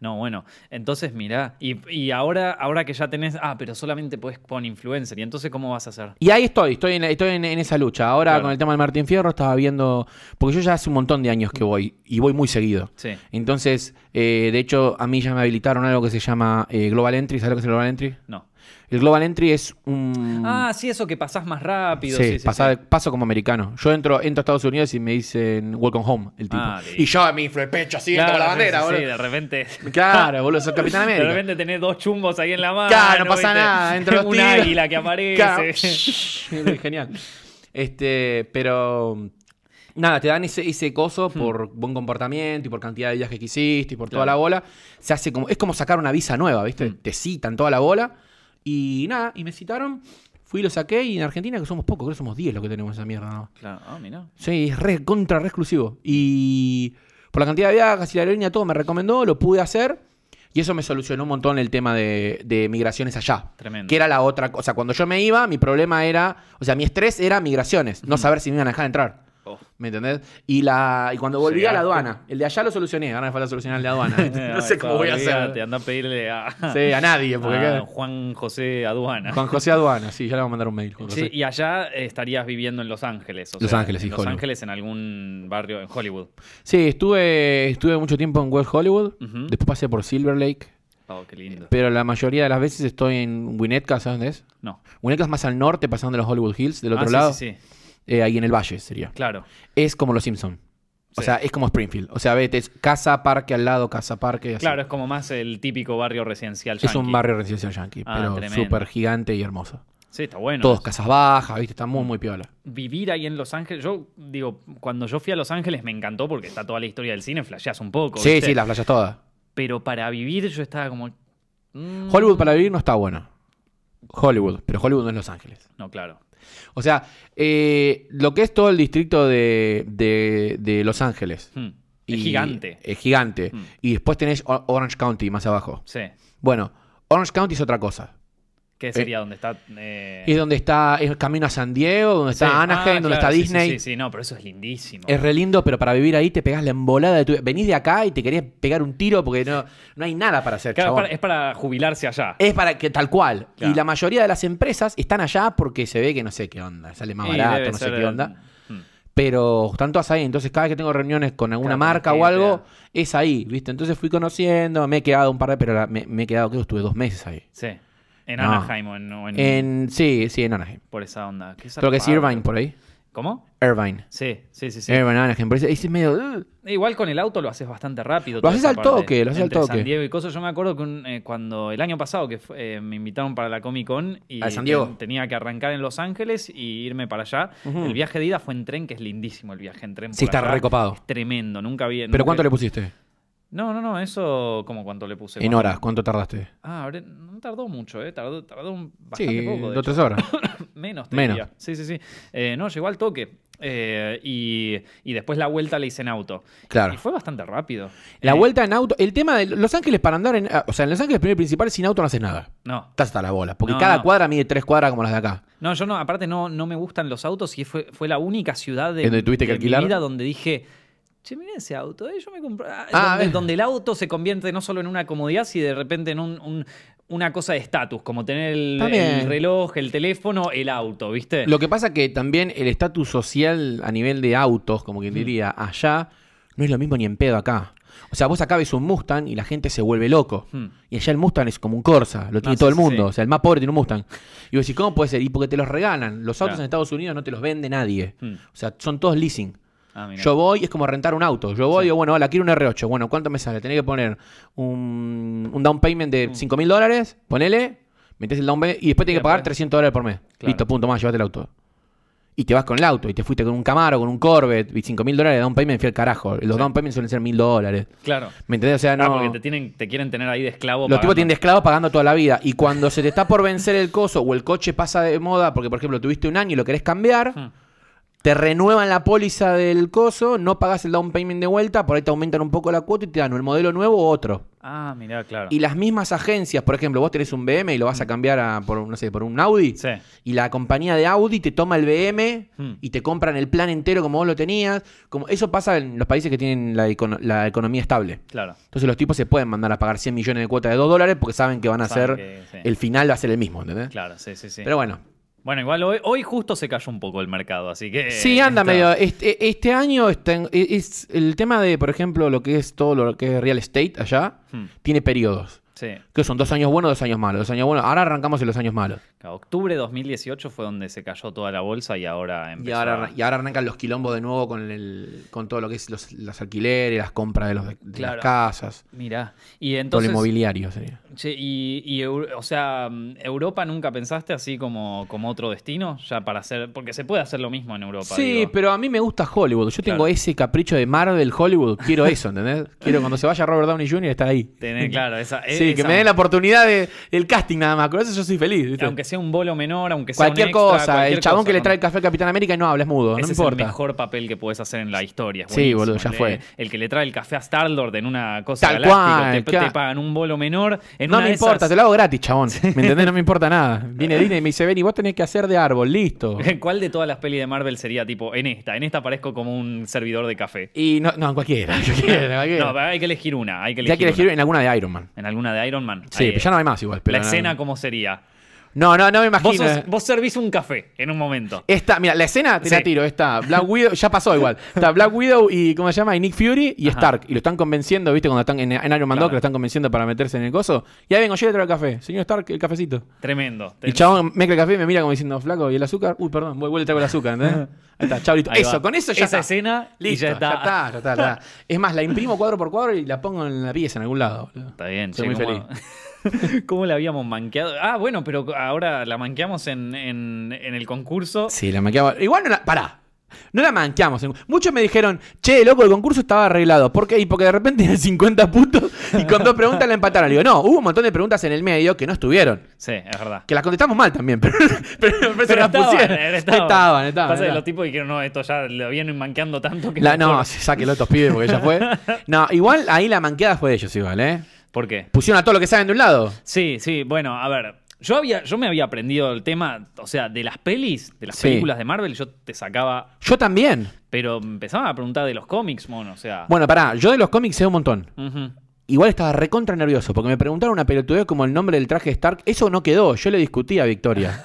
A: No, bueno, entonces mirá, y, y ahora, ahora que ya tenés, ah, pero solamente podés con influencer, ¿y entonces cómo vas a hacer?
B: Y ahí estoy, estoy en, estoy en, en esa lucha. Ahora
A: Claro.
B: con el tema de Martín Fierro estaba viendo, porque yo ya hace un montón de años que voy y voy muy seguido.
A: Sí.
B: Entonces, eh, de hecho, a mí ya me habilitaron algo que se llama eh, Global Entry. ¿Sabes lo que es el Global Entry?
A: No.
B: El Global Entry es un...
A: Ah, sí, eso que pasás más rápido.
B: Mm. Sí,
A: Sí, sí,
B: pasar-
A: sí.
B: paso como americano. Yo entro, entro a Estados Unidos y me dicen Welcome Home, el tipo.
A: Ah, listo.
B: y yo me inflo el pecho así,
A: Claro,
B: como la bandera,
A: sí, sí,
B: boludo.
A: de repente.
B: Claro, boludo, sos Capitán
A: De
B: América.
A: repente tenés dos chumbos ahí en la mano.
B: Claro, no pasa
A: ¿viste?
B: nada. Entre los
A: (laughs) Un
B: tiros.
A: águila que aparece.
B: Claro. (laughs) Genial. Este, pero. Nada, te dan ese, ese coso por buen comportamiento y por cantidad de viajes que hiciste y por toda
A: Hmm. Claro. Hmm.
B: la bola. Se hace como. Es como sacar una visa nueva, ¿viste? Te citan toda la bola. Y nada, y me citaron. Fui y lo saqué. Y en Argentina, que somos pocos, creo que somos 10 los que tenemos esa mierda, ¿no?
A: (laughs) Claro, ah, mirá.
B: Sí, es re, contra re exclusivo. Y por la cantidad de viajes y la aerolínea, todo me recomendó, lo pude hacer. Y eso me solucionó un montón el tema de, de migraciones allá.
A: Tremendo.
B: Que era la otra cosa. Cuando yo me iba, mi problema era. O sea, mi estrés era migraciones. No saber si me iban a dejar entrar.
A: Oh.
B: ¿Me entendés? Y, la, y cuando volví a
A: Llegaste.
B: la aduana. El de allá lo solucioné. Ahora me falta solucionar el de aduana. (laughs)
A: (laughs)
B: no sé
A: Ay,
B: cómo voy a
A: olvídate,
B: hacer.
A: Andá a pedirle a,
B: Sí, a nadie. Porque
A: a
B: acá-
A: Juan José Aduana.
B: Juan José Aduana. Sí, ya le vamos a mandar un mail. Juan
A: Sí,
B: José.
A: y allá eh, estarías viviendo en Los Ángeles. o
B: Los
A: sea,
B: Ángeles, sí,
A: en Los
B: Hollywood.
A: Ángeles, en algún barrio, en Hollywood.
B: Sí, estuve, estuve mucho tiempo en West Hollywood.
A: Ujú.
B: Después pasé por Silver Lake.
A: Oh, qué lindo.
B: Pero la mayoría de las veces estoy en Winnetka, ¿sabes dónde es?
A: No.
B: Winnetka es más al norte, pasando los Hollywood Hills, del
A: Ah,
B: otro
A: sí,
B: lado. Ah,
A: Sí, sí,
B: Eh, ahí en el valle sería.
A: claro.
B: Es como los Simpson. O
A: Sí.
B: sea, es como Springfield. O sea, vete, es casa, parque al lado, casa, parque. así.
A: Claro, es como más el típico barrio residencial.
B: Es un
A: yankee.
B: barrio residencial yankee,
A: Ah,
B: pero
A: tremendo.
B: súper gigante y hermoso.
A: Sí, está bueno.
B: Todos casas bajas, ¿viste? Está muy, muy piola.
A: Vivir ahí en Los Ángeles. Yo digo, cuando yo fui a Los Ángeles me encantó porque está toda la historia del cine, flasheas un poco.
B: Sí,
A: ¿viste?
B: sí, las playas todas.
A: Pero para vivir yo estaba como. mm,
B: Hollywood para vivir no está bueno. Hollywood, pero Hollywood no es Los Ángeles.
A: No, claro.
B: O sea, eh, lo que es todo el distrito de, de- de Los Ángeles.
A: Hmm.
B: Y-
A: Es gigante.
B: Es gigante.
A: Mm.
B: Y después tenés O- Orange County más abajo.
A: Sí.
B: Bueno, Orange County es otra cosa.
A: ¿Qué sería donde está. eh,
B: Es donde está es camino a San Diego, donde
A: sí.
B: está
A: Ah,
B: Anaheim, donde
A: claro,
B: está
A: sí, sí,
B: Disney.
A: Sí, sí, no, pero eso es lindísimo.
B: Es re lindo, pero para vivir ahí te pegás la embolada de tu... Venís de acá y te querés pegar un tiro porque no, no hay nada para hacer.
A: Claro, es
B: chabón.
A: para- es para jubilarse allá.
B: Es para que tal cual.
A: Claro.
B: Y la mayoría de las empresas están allá porque se ve que no sé qué onda. Sale más
A: Y
B: barato,
A: debe
B: no sé
A: ser
B: qué
A: el-
B: onda.
A: Hmm.
B: Pero están todas ahí, entonces cada vez que tengo reuniones con alguna
A: Claro,
B: marca
A: con
B: o
A: la gente,
B: algo, es ahí, ¿viste? Entonces fui conociendo, me he quedado un par de, pero la- me, me he quedado, creo que estuve dos meses ahí.
A: Sí. En
B: No.
A: Anaheim o en, o en-
B: En, sí, sí, en Anaheim.
A: Por esa onda. Qué
B: Creo que es
A: zarpado.
B: Irvine Eh, por ahí.
A: ¿Cómo?
B: Irvine.
A: Sí, sí, sí. sí.
B: Irvine, Anaheim. Por ahí es medio. uh, "Ugh".
A: Igual con el auto lo haces bastante rápido.
B: Lo
A: toda
B: haces
A: esa
B: al
A: parte.
B: toque, lo haces al
A: Entre
B: toque.
A: San Diego y cosas. Yo me acuerdo que un, eh, cuando el año pasado que fue- eh, me invitaron para la Comic Con y
B: ¿A San Diego?
A: ten- tenía que arrancar en Los Ángeles y irme para allá. El viaje de ida fue en tren, que es lindísimo el viaje en tren.
B: Sí,
A: por
B: está
A: allá.
B: recopado.
A: Tremendo, nunca vi.
B: ¿Pero
A: nunca-
B: cuánto le pusiste?
A: No, no, no, eso como cuánto le puse.
B: En
A: ¿Cuánto?
B: horas, ¿cuánto tardaste?
A: Ah, habré- no tardó mucho, ¿eh? Tardó, tardó un- bastante
B: Sí,
A: poco. de
B: dos tres horas.
A: (laughs) Menos, te
B: Menos.
A: diría. Sí, sí, sí. Eh, no, llegó al toque. Eh, y, y después la vuelta la hice en auto.
B: Claro.
A: Y fue bastante rápido.
B: La
A: Eh,
B: vuelta en auto. El tema de Los Ángeles para andar en. O sea, en Los Ángeles, primero y principal, sin auto no haces nada.
A: No,
B: Estás hasta la bola. Porque
A: No,
B: cada
A: no.
B: cuadra mide tres cuadras como las de acá.
A: no, yo no, aparte no, no me gustan los autos y fue, fue la única ciudad de,
B: ¿En donde tuviste que
A: de mi
B: alquilar?
A: vida donde dije, che, miren ese auto, eh, yo me compré. Ah,
B: Ah,
A: donde,
B: ven.
A: donde el auto se convierte no solo en una comodidad, sino de repente en un- un- una cosa de estatus, como tener el,
B: Está bien.
A: el reloj, el teléfono, el auto, ¿viste?
B: Lo que pasa que también el estatus social a nivel de autos, como
A: Mm.
B: quien diría, allá no es lo mismo ni en pedo acá. O sea, vos acá ves un Mustang y la gente se vuelve loco.
A: Hmm.
B: Y allá el Mustang es como un Corsa, lo tiene
A: sí,
B: todo el
A: sí,
B: mundo.
A: sí.
B: O sea, el más pobre tiene un Mustang. Y vos decís, ¿cómo puede ser? Y porque te los regalan. Los autos
A: Claro.
B: en Estados Unidos no te los vende nadie.
A: Hmm.
B: O sea, son todos leasing.
A: Ah, mirá.
B: Yo voy, es como rentar un auto. Yo voy, digo, bueno, hola, quiero un R8. Bueno, ¿cuánto me sale? Tenés que poner un, un down payment de
A: Mm.
B: 5 mil dólares, ponele, metés el down payment y después tenés que pagar
A: después-
B: 300 dólares por mes.
A: Claro.
B: Listo, punto más, llevate el auto. Y te vas con el auto, y te fuiste con un Camaro, con un Corvette, y 5 mil dólares de down payment, fui al carajo. Los down payments suelen ser mil dólares.
A: Claro.
B: ¿Me entendés? O sea, no.
A: Ah, porque te, tienen, te quieren tener ahí de esclavo.
B: Los tipos
A: pagando.
B: tienen de esclavo pagando toda la vida. Y cuando se te está por vencer el coso o el coche pasa de moda, porque por ejemplo tuviste un año y lo querés cambiar,
A: Hmm.
B: te renuevan la póliza del coso, no pagas el down payment de vuelta, por ahí te aumentan un poco la cuota y te dan o el modelo nuevo o otro.
A: Ah, mirá, claro.
B: Y las mismas agencias, por ejemplo, vos tenés un BM y lo vas a cambiar a, por, no sé, por un Audi.
A: Mm. Sí.
B: Y la compañía de Audi te toma el BM
A: Hmm.
B: y te compran el plan entero como vos lo tenías. Como, eso pasa en los países que tienen la, econo- la economía estable.
A: Claro.
B: Entonces los tipos se pueden mandar a pagar 100 millones de cuota de 2 dólares porque saben que van a
A: Saben
B: ser,
A: que, sí.
B: el final va a ser el mismo, ¿entendés?
A: Claro, sí, sí, sí.
B: Pero bueno.
A: bueno, igual hoy, hoy justo se cayó un poco el mercado, así que.
B: sí, anda
A: está-
B: medio. Este, este año está en- es el tema de, por ejemplo, lo que es todo lo que es real estate allá,
A: Hmm.
B: tiene periodos.
A: Sí.
B: Que son dos años buenos, dos años malos. Dos años buenos. Ahora arrancamos en los años malos.
A: Claro, Octubre 2018 fue donde se cayó toda la bolsa y ahora
B: Y
A: empezó.
B: ahora,
A: a-
B: y ahora arrancan los quilombos de nuevo con el, con todo lo que es los, los alquileres, las compras de, los, de
A: Claro.
B: las casas,
A: Mirá. Y
B: todo el
A: entonces.
B: inmobiliario. sería.
A: Che, y, y Eu- o sea, mm, ¿Europa nunca pensaste así como, como otro destino? Ya para hacer. Porque se puede hacer lo mismo en Europa.
B: Sí,
A: digo.
B: pero a mí me gusta Hollywood. Yo tengo
A: Claro.
B: ese capricho de Marvel Hollywood. (laughs) Quiero eso, ¿entendés? Quiero cuando se vaya Robert Downey Jr. estar ahí.
A: Tener, claro, esa.
B: (laughs) sí, que
A: esa-
B: me den la oportunidad de- del casting nada más. Con eso yo soy feliz. ¿viste?
A: Aunque sea un bolo menor, aunque sea. un
B: cualquier
A: extra,
B: cosa.
A: cualquier
B: el chabón
A: cosa,
B: que le
A: ¿no?
B: trae el café al Capitán América y no habla, es mudo. no
A: Ese
B: me
A: es
B: importa.
A: el mejor papel que puedes hacer en la historia. es
B: Sí,
A: buenísimo.
B: boludo, ya
A: El de-
B: fue.
A: El que le trae el café a Star-Lord en una cosa
B: Tal
A: galáctica,
B: cual,
A: te,
B: claro.
A: te pagan un bolo menor. En
B: No
A: una
B: me
A: de
B: importa,
A: esas-
B: te lo hago gratis,
A: (laughs)
B: chabón. ¿Me entendés? No me importa nada. Viene Disney y me dice, Benny, vos tenés que hacer de árbol,
A: (laughs)
B: listo.
A: ¿Cuál de todas las pelis de Marvel sería tipo en esta? En esta parezco como un servidor de café.
B: Y no, no, cualquiera. cualquiera, cualquiera.
A: No, pero hay que elegir una. Hay que elegir
B: ya quiere
A: una.
B: girar en alguna de Iron Man.
A: En alguna de Iron Man.
B: Sí,
A: Ahí,
B: pero ya no hay más igual. Pero
A: La
B: no-
A: escena, ¿cómo sería?
B: No, no, no me imagino.
A: Vos, sos- vos servís un café en un momento.
B: Esta, mira, la escena te la
A: Sí.
B: tiro, está Black Widow, ya
A: (laughs)
B: pasó igual. Está Black Widow y ¿cómo se llama? Y Nick Fury y
A: Ajá.
B: Stark. Y lo están convenciendo, viste, cuando están en, en Iron Man 2
A: Claro.
B: que lo están convenciendo para meterse en el coso. Y ahí vengo, yo le traigo el café. Señor Stark, el cafecito.
A: Tremendo.
B: Y el chabón mezcla el café y me mira como diciendo, flaco, ¿y el azúcar? Uy, perdón, voy, voy le traigo el
A: (laughs)
B: azúcar, ¿entendés? Ahí está, chaurito.
A: Ahí
B: Eso,
A: va.
B: con eso ya
A: Esa
B: está.
A: escena y
B: Listo,
A: ya está.
B: Ya está, ya está, ya está. Es más, la imprimo cuadro por cuadro y la pongo en la pieza en algún lado. boludo.
A: Está bien,
B: Soy
A: che,
B: muy
A: ¿cómo, (laughs) ¿Cómo la habíamos manqueado? Ah, bueno, pero ahora la manqueamos en, en- en el concurso.
B: Sí, la manqueamos. Igual no la. Pará. No la manqueamos. Muchos me dijeron, che, loco, el concurso estaba arreglado. ¿Por qué? Y porque de repente eran 50 puntos y con dos preguntas la empataron. Le digo, no, hubo un montón de preguntas en el medio que no estuvieron.
A: Sí, es verdad.
B: Que las contestamos mal también,
A: (laughs)
B: pero, (laughs) pero, pero se las pusieron.
A: eh,
B: estaban,
A: Pasa
B: estaban,
A: que
B: estaban.
A: los tipos dijeron, no, esto ya lo vienen manqueando tanto que...
B: La-
A: mejor".
B: no, sí, sáquelo a estos pibes porque ya fue. No, igual ahí la manqueada fue de ellos igual, ¿eh?
A: ¿Por qué?
B: Pusieron a todo lo que saben de un lado.
A: Sí, sí, bueno, a ver. Yo, había, yo me había aprendido el tema, o sea, de las pelis, de las
B: Sí.
A: películas de Marvel, yo te sacaba,
B: Yo también.
A: pero empezaban a preguntar de los cómics, mono, o sea...
B: Bueno, pará, yo de los cómics sé un montón.
A: ujú.
B: Igual estaba recontra nervioso porque me preguntaron una pelotudez como el nombre del traje de Stark. Eso no quedó. Yo le discutí
A: (laughs)
B: a Victoria.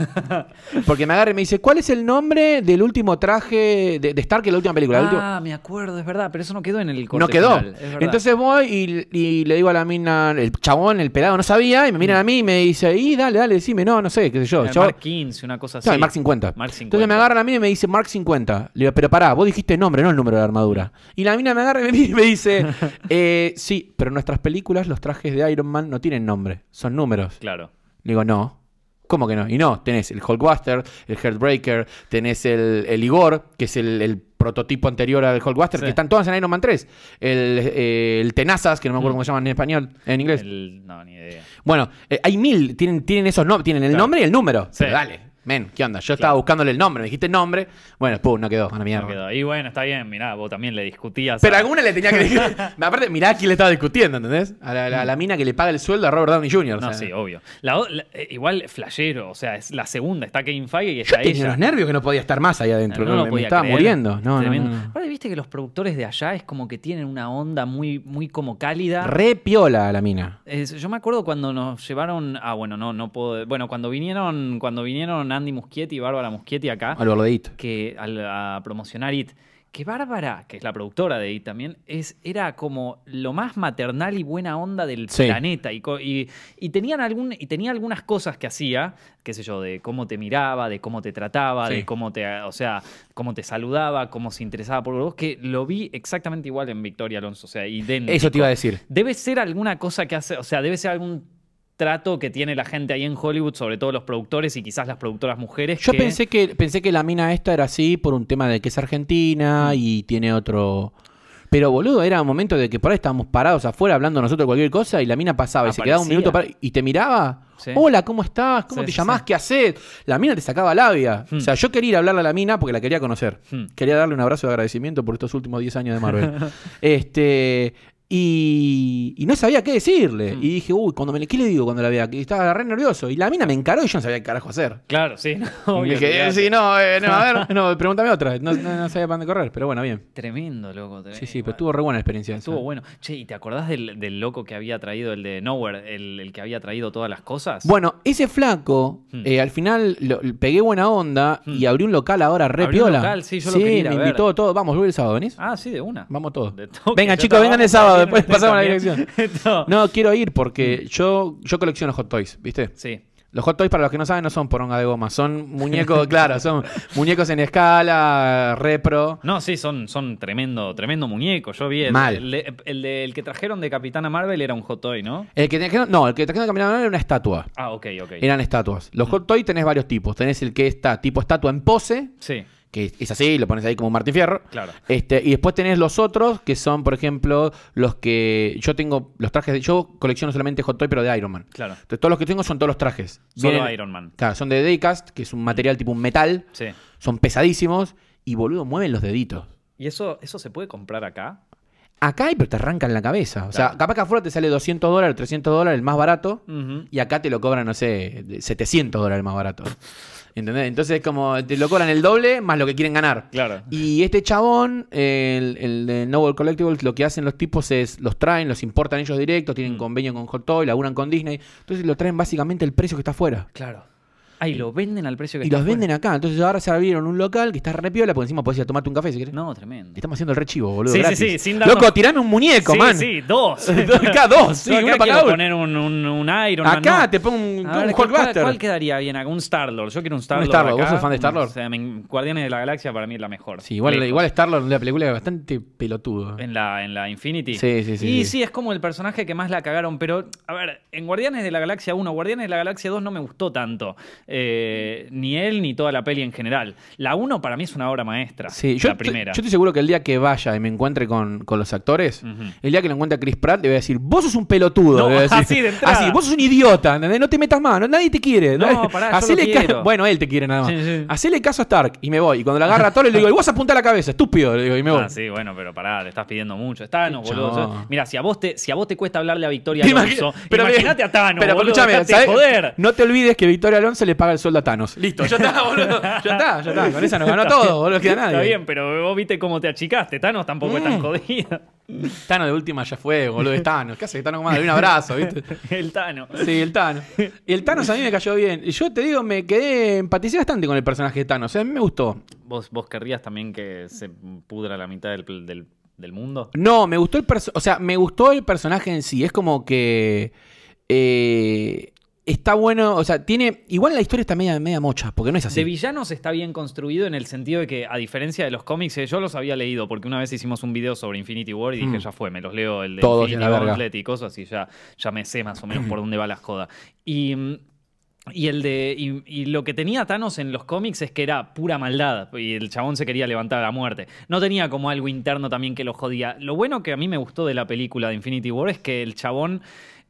B: Porque me agarra y me dice: ¿Cuál es el nombre del último traje de, de Stark en la última película? El último-
A: Ah, me acuerdo, es verdad, pero eso no quedó en el corte
B: No quedó.
A: final, es verdad.
B: Entonces voy y, y le digo a la mina, el chabón, el pelado, no sabía. Y me
A: Mm.
B: miran a mí y me dice: Y dale, dale, decime, no, no sé, qué sé yo.
A: Era
B: Yo-
A: Mark 15, una cosa así.
B: no, el Mark 50.
A: Mark
B: Entonces
A: 50.
B: me agarra a mí y me dice Mark 50. Le digo, pero pará, vos dijiste el nombre, no el número de la armadura. Y la mina me agarra y me- y me dice, (laughs) eh, sí, pero en nuestras películas los trajes de Iron Man no tienen nombre, son números.
A: Claro.
B: Le digo, no. ¿Cómo que no? Y no, tenés el Hulkbuster, el Heartbreaker, tenés el, el Igor, que es el, el prototipo anterior al Hulkbuster,
A: Sí.
B: que están todas en Iron Man 3. El, eh, el Tenazas, que no me
A: Mm.
B: acuerdo cómo se llaman en español, en inglés.
A: El- no, ni idea.
B: Bueno, eh, hay mil, tienen, tienen esos nombres, tienen el
A: Claro.
B: nombre y el número.
A: Sí.
B: Pero dale, men, ¿qué onda? Yo estaba buscándole el nombre, me dijiste el nombre, bueno, pum, no quedó, a la mierda.
A: No quedó. Y bueno, está bien, mirá, vos también le discutías.
B: Pero
A: a-
B: alguna le tenía que decir. (laughs) Aparte, mirá a quién le estaba discutiendo, ¿entendés? A la, la- la mina que le paga el sueldo a Robert Downey Jr.
A: No,
B: o sea.
A: sí, obvio. La o- la- eh, igual, flashero, o sea, es la segunda, está Kevin Feige y
B: Yo
A: está
B: tenía
A: ella.
B: los nervios que no podía estar más ahí adentro.
A: No
B: ¿no?
A: lo
B: me, me
A: podía
B: estaba
A: creer.
B: muriendo. No, no,
A: Tremendo.
B: no, no.
A: Aparte, viste que los productores de allá es como que tienen una onda muy, muy como cálida.
B: Re piola la mina.
A: Es- yo me acuerdo cuando nos llevaron. Ah, bueno, no, no puedo. Bueno, cuando vinieron, cuando vinieron Andy Muschietti y Bárbara Muschietti acá,
B: A lo de It.
A: que al- a promocionar IT. Que Bárbara, que es la productora de IT también, es, era como lo más maternal y buena onda del
B: Sí.
A: planeta. Y, co- y- y tenían algún, y tenía algunas cosas que hacía, qué sé yo, de cómo te miraba, de cómo te trataba,
B: Sí.
A: de cómo te, o sea, cómo te saludaba, cómo se interesaba por vos, que lo vi exactamente igual en Victoria Alonso. O sea, idéntico.
B: Eso te iba a decir.
A: Debe ser alguna cosa que hace, o sea, debe ser algún trato que tiene la gente ahí en Hollywood, sobre todo los productores y quizás las productoras mujeres.
B: Yo
A: que-
B: pensé que pensé que la mina esta era así por un tema de que es
A: Mm.
B: argentina y tiene otro. Pero boludo, era un momento de que por ahí estábamos parados afuera hablando nosotros cualquier cosa y la mina pasaba y se quedaba un
A: Aparecía.
B: minuto para- y te miraba.
A: Sí.
B: Hola, ¿cómo estás? ¿Cómo
A: Sí,
B: te
A: sí,
B: llamás?
A: sí.
B: ¿Qué haces? La mina te sacaba labia.
A: Hmm.
B: O sea, yo quería ir a hablarle a la mina porque la quería conocer.
A: Hmm.
B: Quería darle un abrazo de agradecimiento por estos últimos 10 años
A: (laughs)
B: de Marvel. este. Y, y no sabía qué decirle.
A: Hmm.
B: Y dije, uy, cuando me, ¿qué le digo cuando la vea? Que estaba re nervioso. Y la mina me encaró y yo no sabía qué carajo hacer.
A: Claro, sí. (laughs) no, obvio,
B: Y dije, eh,
A: olvidate.
B: sí, no, eh, no,
A: (laughs)
B: a ver, no, pregúntame otra. No, no, no sabía para dónde correr, pero bueno, bien.
A: Tremendo, loco. tremendo.
B: Sí, sí, pero estuvo re buena la experiencia. esa.
A: Estuvo bueno. Che, ¿y te acordás del, del loco que había traído, el de Nowhere, el, el que había traído todas las cosas?
B: Bueno, ese flaco,
A: Hmm.
B: eh, al final lo- lo pegué buena onda y
A: Hmm.
B: abrí un local ahora re
A: Abrió un
B: piola.
A: local, sí, yo lo quería ir a
B: me
A: ver.
B: invitó todo. Vamos, voy el sábado, ¿venís?
A: Ah, sí, de una.
B: Vamos todos.
A: De toque,
B: Vengan,
A: ya
B: chicos,
A: está,
B: vengan el
A: vamos, también,
B: sábado, después
A: ustedes
B: pasamos
A: (laughs)
B: la
A: también.
B: dirección.
A: no.
B: No, quiero ir porque
A: Hmm.
B: yo, yo colecciono hot toys, ¿viste?
A: Sí.
B: Los hot toys, para los que no saben, no son poronga de goma,
A: (laughs)
B: son muñecos, claro, son muñecos en escala, repro.
A: No, sí, son, son tremendo, tremendo muñeco. Yo vi el,
B: Mal.
A: El, de- el de- el que trajeron de Capitana Marvel era un hot toy, ¿no?
B: El que trajeron, no, el que trajeron de Capitán Marvel era una estatua.
A: Ah, ok, ok.
B: Eran estatuas. Los hot toys tenés varios tipos. Tenés el que está tipo estatua en pose,
A: Sí,
B: que es así, lo pones ahí como un Martín Fierro.
A: claro.
B: Este, y después tenés los otros, que son, por ejemplo, los que yo tengo, los trajes, de, yo colecciono solamente hot toy, pero de Iron Man.
A: Claro.
B: Entonces, todos los que tengo son todos los trajes.
A: Solo
B: Vienen-
A: Iron Man.
B: Claro, son de Daycast, que es un material tipo un metal,
A: Sí.
B: son pesadísimos, y boludo, mueven los deditos.
A: ¿Y eso, eso se puede comprar acá?
B: Acá hay, pero te arrancan la cabeza. O sea,
A: Claro.
B: capaz que afuera te sale 200 dólares, 300 dólares, el más barato.
A: Ujú.
B: Y acá te lo cobran, no sé, de 700 dólares más barato. ¿Entendés? Entonces es como, te lo cobran el doble más lo que quieren ganar.
A: Claro.
B: Y este chabón, el, el de Noble Collectibles, lo que hacen los tipos es, los traen, los importan ellos directos, tienen
A: Mm.
B: convenio con Hot Toy, laburan con Disney. Entonces lo traen básicamente el precio que está afuera.
A: Claro. Ah, y lo venden al precio que
B: Y
A: está
B: los
A: afuera.
B: venden acá. Entonces ahora se abrieron un local que está re piola, porque encima podés ir a tomarte un café si querés.
A: No, tremendo.
B: Estamos haciendo el rechivo, boludo.
A: Sí, sí,
B: gratis.
A: sí, sin darnos-
B: Loco, tirame un muñeco,
A: sí,
B: man.
A: sí, dos.
B: acá (laughs) dos, sí,
A: Yo acá
B: uno
A: quiero
B: para cada uno.
A: poner un, un, un Iron Man,
B: Acá
A: no.
B: te pongo un,
A: A ver,
B: un
A: ¿cuál-
B: Hulkbuster.
A: ¿cuál, quedaría bien acá? Un Star-Lord. Yo quiero un Star-Lord.
B: Star-Lord.
A: acá.
B: ¿Vos sos fan de Star-Lord?
A: O sea, me- Guardianes de la Galaxia para mí es la mejor.
B: Sí, igual,
A: Lejos.
B: igual Star-Lord en la película es bastante pelotudo.
A: En la, en la Infinity.
B: Sí, sí, sí,
A: Y
B: sí.
A: sí. es como el personaje que más la cagaron. Pero, a ver, en Guardianes de la Galaxia 1, Guardianes de la Galaxia 2 no me gustó tanto. Eh, ni él ni toda la peli en general. La 1 para mí es una obra maestra.
B: Sí, yo,
A: la primera.
B: yo estoy seguro que el día que vaya y me encuentre con, con los actores,
A: Ujú.
B: el día que lo encuentre a Chris Pratt, le voy a decir, vos sos un pelotudo.
A: No,
B: le voy a decir.
A: (laughs) así de entrada.
B: Así, vos sos un idiota, ¿entendés? no te metas más, no- nadie te quiere.
A: No,
B: Nadie-
A: pará, yo
B: Hacele
A: lo
B: ca-
A: quiero.
B: Bueno, él te quiere nada más.
A: Sí, sí.
B: Hacele caso a Stark y me voy. Y cuando la agarra a Thor, le digo, y vos apunta la cabeza, estúpido. Le digo, y me voy.
A: Ah, sí, bueno, pero pará, le estás pidiendo mucho. Es Thanos,
B: Qué
A: boludo.
B: chabón.
A: Mira, si a vos te, si a vos te cuesta hablarle a Victoria
B: Te imagi-
A: Alonso, imagínate a Thanos,
B: pero
A: boludo,
B: escuchame,
A: dejate de
B: ¿sabés?
A: joder.
B: No te olvides que Victoria Alonso le paga el sueldo a Thanos. Listo, ya está, boludo. Ya está, ya está. Con esa nos ganó todo, boludo. No queda nadie.
A: Está bien, pero vos viste cómo te achicaste. Thanos tampoco es tan
B: Mm.
A: jodido. (laughs)
B: Tano de última ya fue, boludo, es Tano. ¿Qué hace? Tano como madre, un abrazo, ¿viste?
A: El Thanos.
B: Sí, el Tano. Y el Thanos a mí me cayó bien. Y Yo te digo, me quedé, empaticé bastante con el personaje de Thanos. A mí me gustó.
A: ¿Vos, vos querrías también que se pudra la mitad del, pl- del- del mundo?
B: No, me gustó el personaje. O sea, me gustó el personaje en sí. Es como que. eh, está bueno. O sea, tiene. Igual la historia está media, media mocha, porque no es
A: De
B: así.
A: villanos está bien construido en el sentido de que, a diferencia de los cómics, eh, yo los había leído porque una vez hicimos un video sobre Infinity War y dije,
B: Mm.
A: ya fue, me los leo el de
B: Todos en
A: Infinity
B: la verga. (clears throat)
A: Gauntlet y cosas y ya, ya me sé más o menos por dónde va la joda. Y mm, Y, el de, y, y lo que tenía Thanos en los cómics es que era pura maldad y el chabón se quería levantar a la muerte. No tenía como algo interno también que lo jodía. Lo bueno que a mí me gustó de la película de Infinity War es que el chabón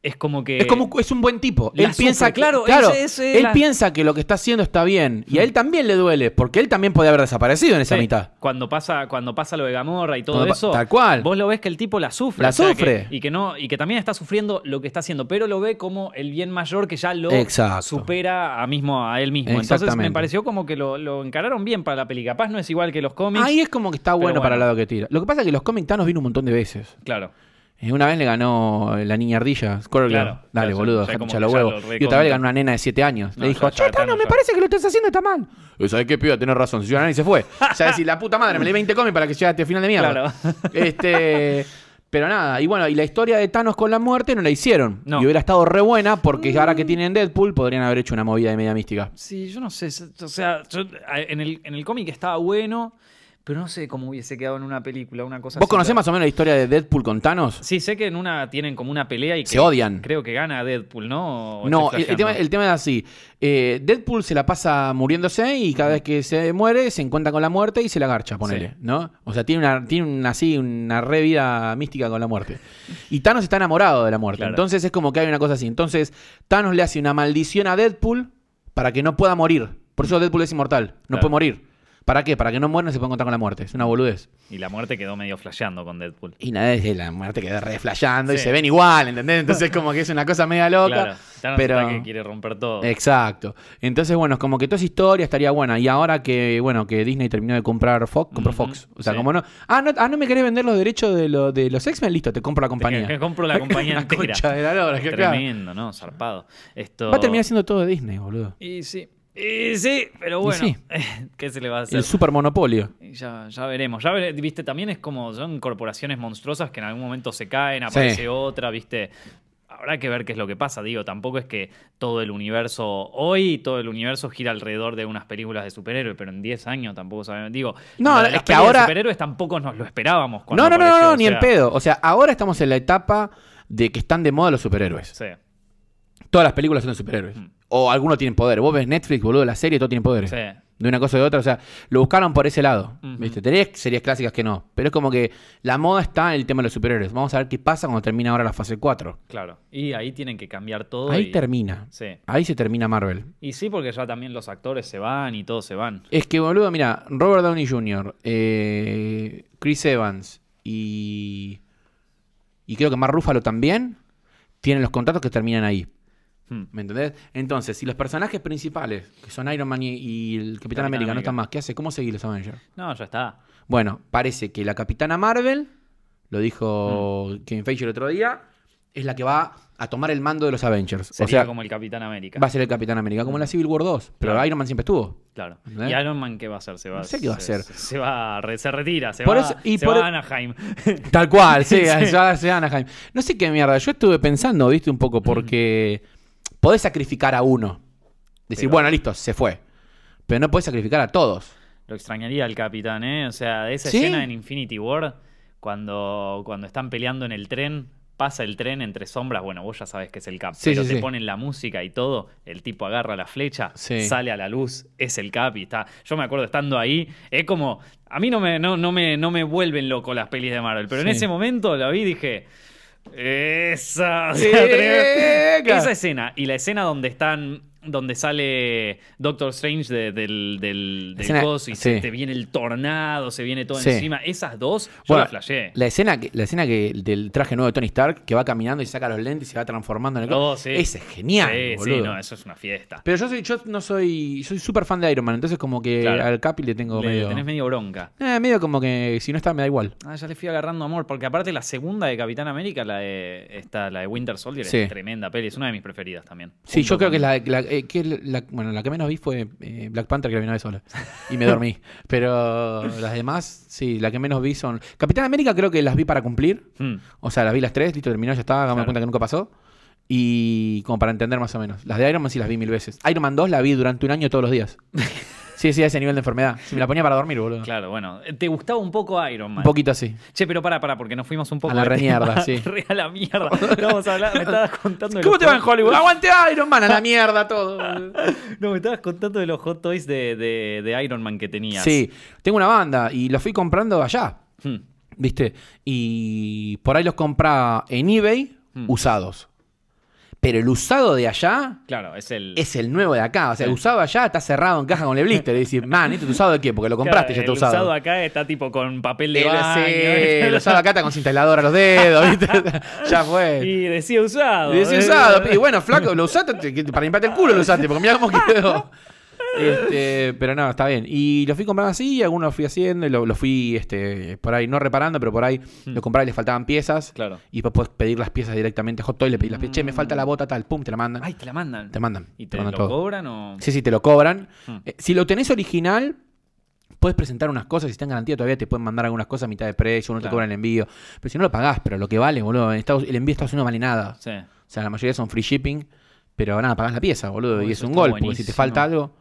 A: es como que...
B: Es como es un buen tipo.
A: La
B: Él piensa,
A: sufre, claro,
B: claro
A: ese es, eh,
B: él
A: la-
B: piensa que lo que está haciendo está bien y a él también le duele porque él también puede haber desaparecido en esa
A: Sí,
B: mitad.
A: Cuando pasa, cuando pasa lo de Gamorra y todo
B: Cuando pa-
A: eso.
B: tal cual.
A: Vos lo ves que el tipo la sufre.
B: La
A: o sea, que-
B: sufre.
A: y que no, y que también está sufriendo lo que está haciendo, pero lo ve como el bien mayor que ya lo
B: Exacto.
A: supera a mismo a él mismo. Entonces me
B: Exactamente.
A: pareció como que lo, lo encararon bien para la peli. Capaz no es igual que los cómics.
B: Ahí es como que está bueno,
A: bueno.
B: para el lado que tira. Lo que pasa es que los cómics Thanos vino un montón de veces.
A: Claro.
B: Eh, Una vez le ganó eh, la niña ardilla, Squirrel. Girl.
A: Claro,
B: Dale,
A: claro, ya-
B: boludo,
A: ya
B: dejá
A: como
B: pinchar
A: que
B: los
A: ya
B: huevos.
A: lo
B: y otra
A: recontra.
B: vez le ganó una nena de 7 años.
A: No,
B: le dijo,
A: ya- ya
B: che, Thanos,
A: Thanos
B: me
A: ya".
B: parece que lo estás haciendo está mal. Y, ¿Sabés Eh, qué, piba? Tenés razón. Se y se (laughs) fue. O sea, decir, la puta madre, me leí 20 cómics para que llegaste a final de mierda.
A: Claro.
B: (laughs) Este... Pero nada, y bueno, y la historia de Thanos con la muerte no la hicieron.
A: No. Mm.
B: Y hubiera estado re buena porque ahora que tienen Deadpool podrían haber hecho una movida de media mística.
A: Sí, yo no sé. se- O sea, yo- en el, en el cómic estaba bueno, pero no sé cómo hubiese quedado en una película, una cosa
B: ¿Vos
A: así.
B: conocés más o menos la historia de Deadpool con Thanos?
A: Sí, sé que en una tienen como una pelea y que
B: Se odian.
A: creo que gana Deadpool, ¿no? ¿O
B: No,
A: estoy
B: el, el tema,
A: flasheando?
B: el tema es así. Eh, Deadpool se la pasa muriéndose y cada vez que se muere se encuentra con la muerte y se la garcha, ponele,
A: Sí.
B: ¿no? O sea, tiene una, tiene una así, una re vida mística con la muerte. Y Thanos está enamorado de la muerte.
A: Claro.
B: Entonces es como que hay una cosa así. Entonces, Thanos le hace una maldición a Deadpool para que no pueda morir. Por eso Deadpool es inmortal. No
A: Claro.
B: puede morir. ¿Para qué? Para que no muera no se pueda encontrar con la muerte. Es una boludez.
A: Y la muerte quedó medio flasheando con Deadpool.
B: Y nada, es que la muerte queda re flasheando y
A: Sí.
B: se ven igual, ¿entendés? (laughs) Entonces como que es una cosa media loca.
A: Claro, Thanos
B: pero...
A: está que quiere romper todo. (laughs)
B: Exacto. Entonces, bueno, es como que toda esa historia estaría buena. Y ahora que, bueno, que Disney terminó de comprar Fox, compró
A: Ujú,
B: Fox. O sea,
A: sí.
B: como no. Ah, no, ah, no me querés vender los derechos de, lo- de los X-Men, listo, te compro la compañía. (laughs)
A: Que compro la compañía
B: La
A: entera.
B: concha de la lora, que claro.
A: Tremendo, ¿no? Zarpado. Esto...
B: Va a terminar siendo todo de Disney, boludo.
A: Y sí. Y sí, pero
B: Y
A: bueno.
B: sí.
A: (laughs) ¿Qué se le va a hacer?
B: El super monopolio.
A: Y Ya, ya veremos. Ya vere- viste, también es como son corporaciones monstruosas que en algún momento se caen, aparece
B: Sí.
A: otra, viste. Habrá que ver qué es lo que pasa, digo, tampoco es que todo el universo hoy, todo el universo gira alrededor de unas películas de superhéroes, pero en 10 años tampoco sabemos, digo,
B: No,
A: lo de
B: es
A: las
B: que
A: pelis de
B: ahora-
A: superhéroes tampoco nos lo esperábamos cuando
B: No, no, no, no,
A: apareció,
B: no,
A: o
B: ni
A: sea,
B: en pedo. O sea, ahora estamos en la etapa de que están de moda los superhéroes.
A: Sí,
B: Todas las películas son de superhéroes. O algunos tienen poder. Vos ves Netflix, boludo, la serie, todo tiene poderes.
A: Mm. sí.
B: de una cosa o de otra. O sea, lo buscaron por ese lado.
A: Ujú.
B: ¿Viste? Tenés series clásicas que no. Pero es como que la moda está en el tema de los superhéroes. Vamos a ver qué pasa cuando termina ahora la fase 4.
A: claro. Y ahí tienen que cambiar todo
B: Ahí
A: y-
B: termina.
A: Sí.
B: Ahí se termina Marvel.
A: Y sí, porque ya también los actores se van y todos se van.
B: Es que, boludo, mira, Robert Downey Jr., eh, Chris Evans y. Y creo que Mark Ruffalo también tienen los contratos que terminan ahí.
A: Hmm.
B: ¿Me entendés? Entonces, si los personajes principales, que son Iron Man y, y el Capitán,
A: Capitán
B: América, no
A: América.
B: están más, ¿qué hace? ¿Cómo seguir los Avengers?
A: No, ya está.
B: Bueno, parece que la Capitana Marvel, lo dijo Kevin Feige el otro día, es la que va a tomar el mando de los Avengers.
A: Sería
B: o sea,
A: como el Capitán América.
B: va a ser el Capitán América, como en la Civil War 2. Pero
A: Claro.
B: Iron Man siempre estuvo.
A: Claro.
B: ¿Entendés?
A: ¿Y Iron Man qué va a hacer? Se va,
B: ¿Eh? No sé qué va a
A: se-
B: hacer.
A: Se, se va, re- se retira, se
B: Por
A: va,
B: eso- y
A: se
B: por
A: va
B: e-
A: a
B: (laughs)
A: Anaheim.
B: (laughs) Tal cual, (laughs) sí, ya se Anaheim. No sé qué mierda, yo estuve pensando, viste, un poco, porque (clears throat) podés sacrificar a uno. Decir,
A: Pero-
B: bueno, listo, se fue. Pero no podés sacrificar a todos.
A: Lo extrañaría el capitán, ¿eh? O sea, de esa
B: Sí.
A: escena en Infinity War, cuando, cuando están peleando en el tren, pasa el tren entre sombras, bueno, vos ya sabes que es el Cap,
B: Sí,
A: pero
B: sí,
A: te
B: sí.
A: ponen la música y todo, el tipo agarra la flecha,
B: Sí.
A: sale a la luz, es el Cap y está... Yo me acuerdo estando ahí, es como... A mí no me, no, no me, no me vuelven loco las pelis de Marvel, pero en
B: Sí.
A: ese momento la vi y dije... (laughs) Esa, o
B: Sí,
A: sea, tenés-
B: claro.
A: esa escena y la escena donde están, donde sale Doctor Strange de- del, del, del
B: Escena-
A: coso y
B: sí.
A: se te viene el tornado, se viene todo
B: Sí.
A: encima. Esas dos, yo
B: Bueno,
A: las flasheé.
B: La escena, que, la escena que, del traje nuevo de Tony Stark, que va caminando y saca los lentes y se va transformando en el
A: Oh,
B: co-
A: sí.
B: Ese es genial,
A: Sí, sí,
B: boludo.
A: no, eso es una fiesta.
B: Pero yo soy, yo no soy. Soy súper fan de Iron Man, entonces como que
A: Claro.
B: al Capi le tengo
A: Le-
B: medio.
A: Tenés medio bronca.
B: Eh, medio como que si no está, me da igual.
A: Ah, ya le fui agarrando amor, porque aparte la segunda de Capitán América, la de, esta, la de Winter Soldier,
B: Sí.
A: es tremenda peli, es una de mis preferidas también. Junto
B: Sí, yo creo
A: con-
B: que es la, la- eh, que es la- bueno, la que menos vi fue eh, Black Panther, que la vi una vez sola. Y me
A: (laughs)
B: dormí. Pero las demás, sí, la que menos vi son. Capitán América creo que las vi para cumplir.
A: Mm.
B: O sea, las vi las tres, listo, terminó, ya estaba, me
A: Claro.
B: cuenta que nunca pasó.
A: (laughs)
B: Y como para entender más o menos. Las de Iron Man sí las vi mil veces. Iron Man 2 la vi durante un año todos los días. Sí, sí, a ese nivel de enfermedad. Si me la ponía para dormir, boludo.
A: Claro, bueno. ¿Te gustaba un poco Iron Man?
B: Un poquito así.
A: Che, pero para, para, porque nos fuimos un poco
B: A la
A: de
B: re
A: tema.
B: mierda, sí.
A: (laughs) Re a la mierda. Estábamos hablando- me estabas contando de
B: ¿Cómo
A: los
B: te va en
A: juegos-
B: Hollywood? ¡Aguante Iron Man! A la mierda (laughs) todo.
A: No, me estabas contando de los hot toys de, de- de Iron Man que tenías.
B: Sí, tengo una banda y los fui comprando allá.
A: Hmm.
B: ¿Viste? Y por ahí los compra en eBay
A: Mm.
B: usados. Pero el usado de allá
A: Claro, es el.
B: es el nuevo de acá. O sea, el
A: Sí.
B: usado allá está cerrado en caja con el blister. Y decís, man, ¿este es usado de qué? Porque lo compraste, ya
A: Claro,
B: está
A: el
B: usado.
A: acá está tipo con papel de
B: El-
A: baño.
B: sí, el usado acá está con cinta aisladora a los dedos, (laughs) ¿viste? ya fue.
A: (laughs) Y decía usado.
B: Y decís,
A: eh.
B: usado. Y bueno, flaco, lo usaste te- que- para limpiarte el culo, lo usaste, porque mirá
A: (laughs)
B: cómo quedó. Este, pero no, está bien. Y los fui comprando así, algunos los fui haciendo, y lo- los fui este, por ahí, no reparando, pero por ahí
A: Mm.
B: los compraba y les faltaban piezas.
A: Claro.
B: Y después pedir las piezas directamente a Hot Toys, le pedí las piezas, che, me falta la bota tal, pum, te la mandan.
A: Mm. Ay, te la mandan.
B: te mandan.
A: ¿Y
B: te
A: te,
B: mandan
A: lo
B: todo.
A: cobran o.?
B: Sí, sí, te lo cobran.
A: Hmm.
B: Eh, si lo tenés original, puedes presentar unas cosas. Si está en garantía, todavía te pueden mandar algunas cosas a mitad de precio, no te
A: Claro.
B: cobran el envío. Pero si no lo pagás, pero lo que vale, boludo, en Estados- el envío a Estados Unidos no vale nada.
A: Sí.
B: O sea, la mayoría son free shipping, pero nada, pagás la pieza, boludo.
A: Oh,
B: y es
A: eso
B: un
A: está
B: gol, porque si te
A: buenísimo.
B: falta algo.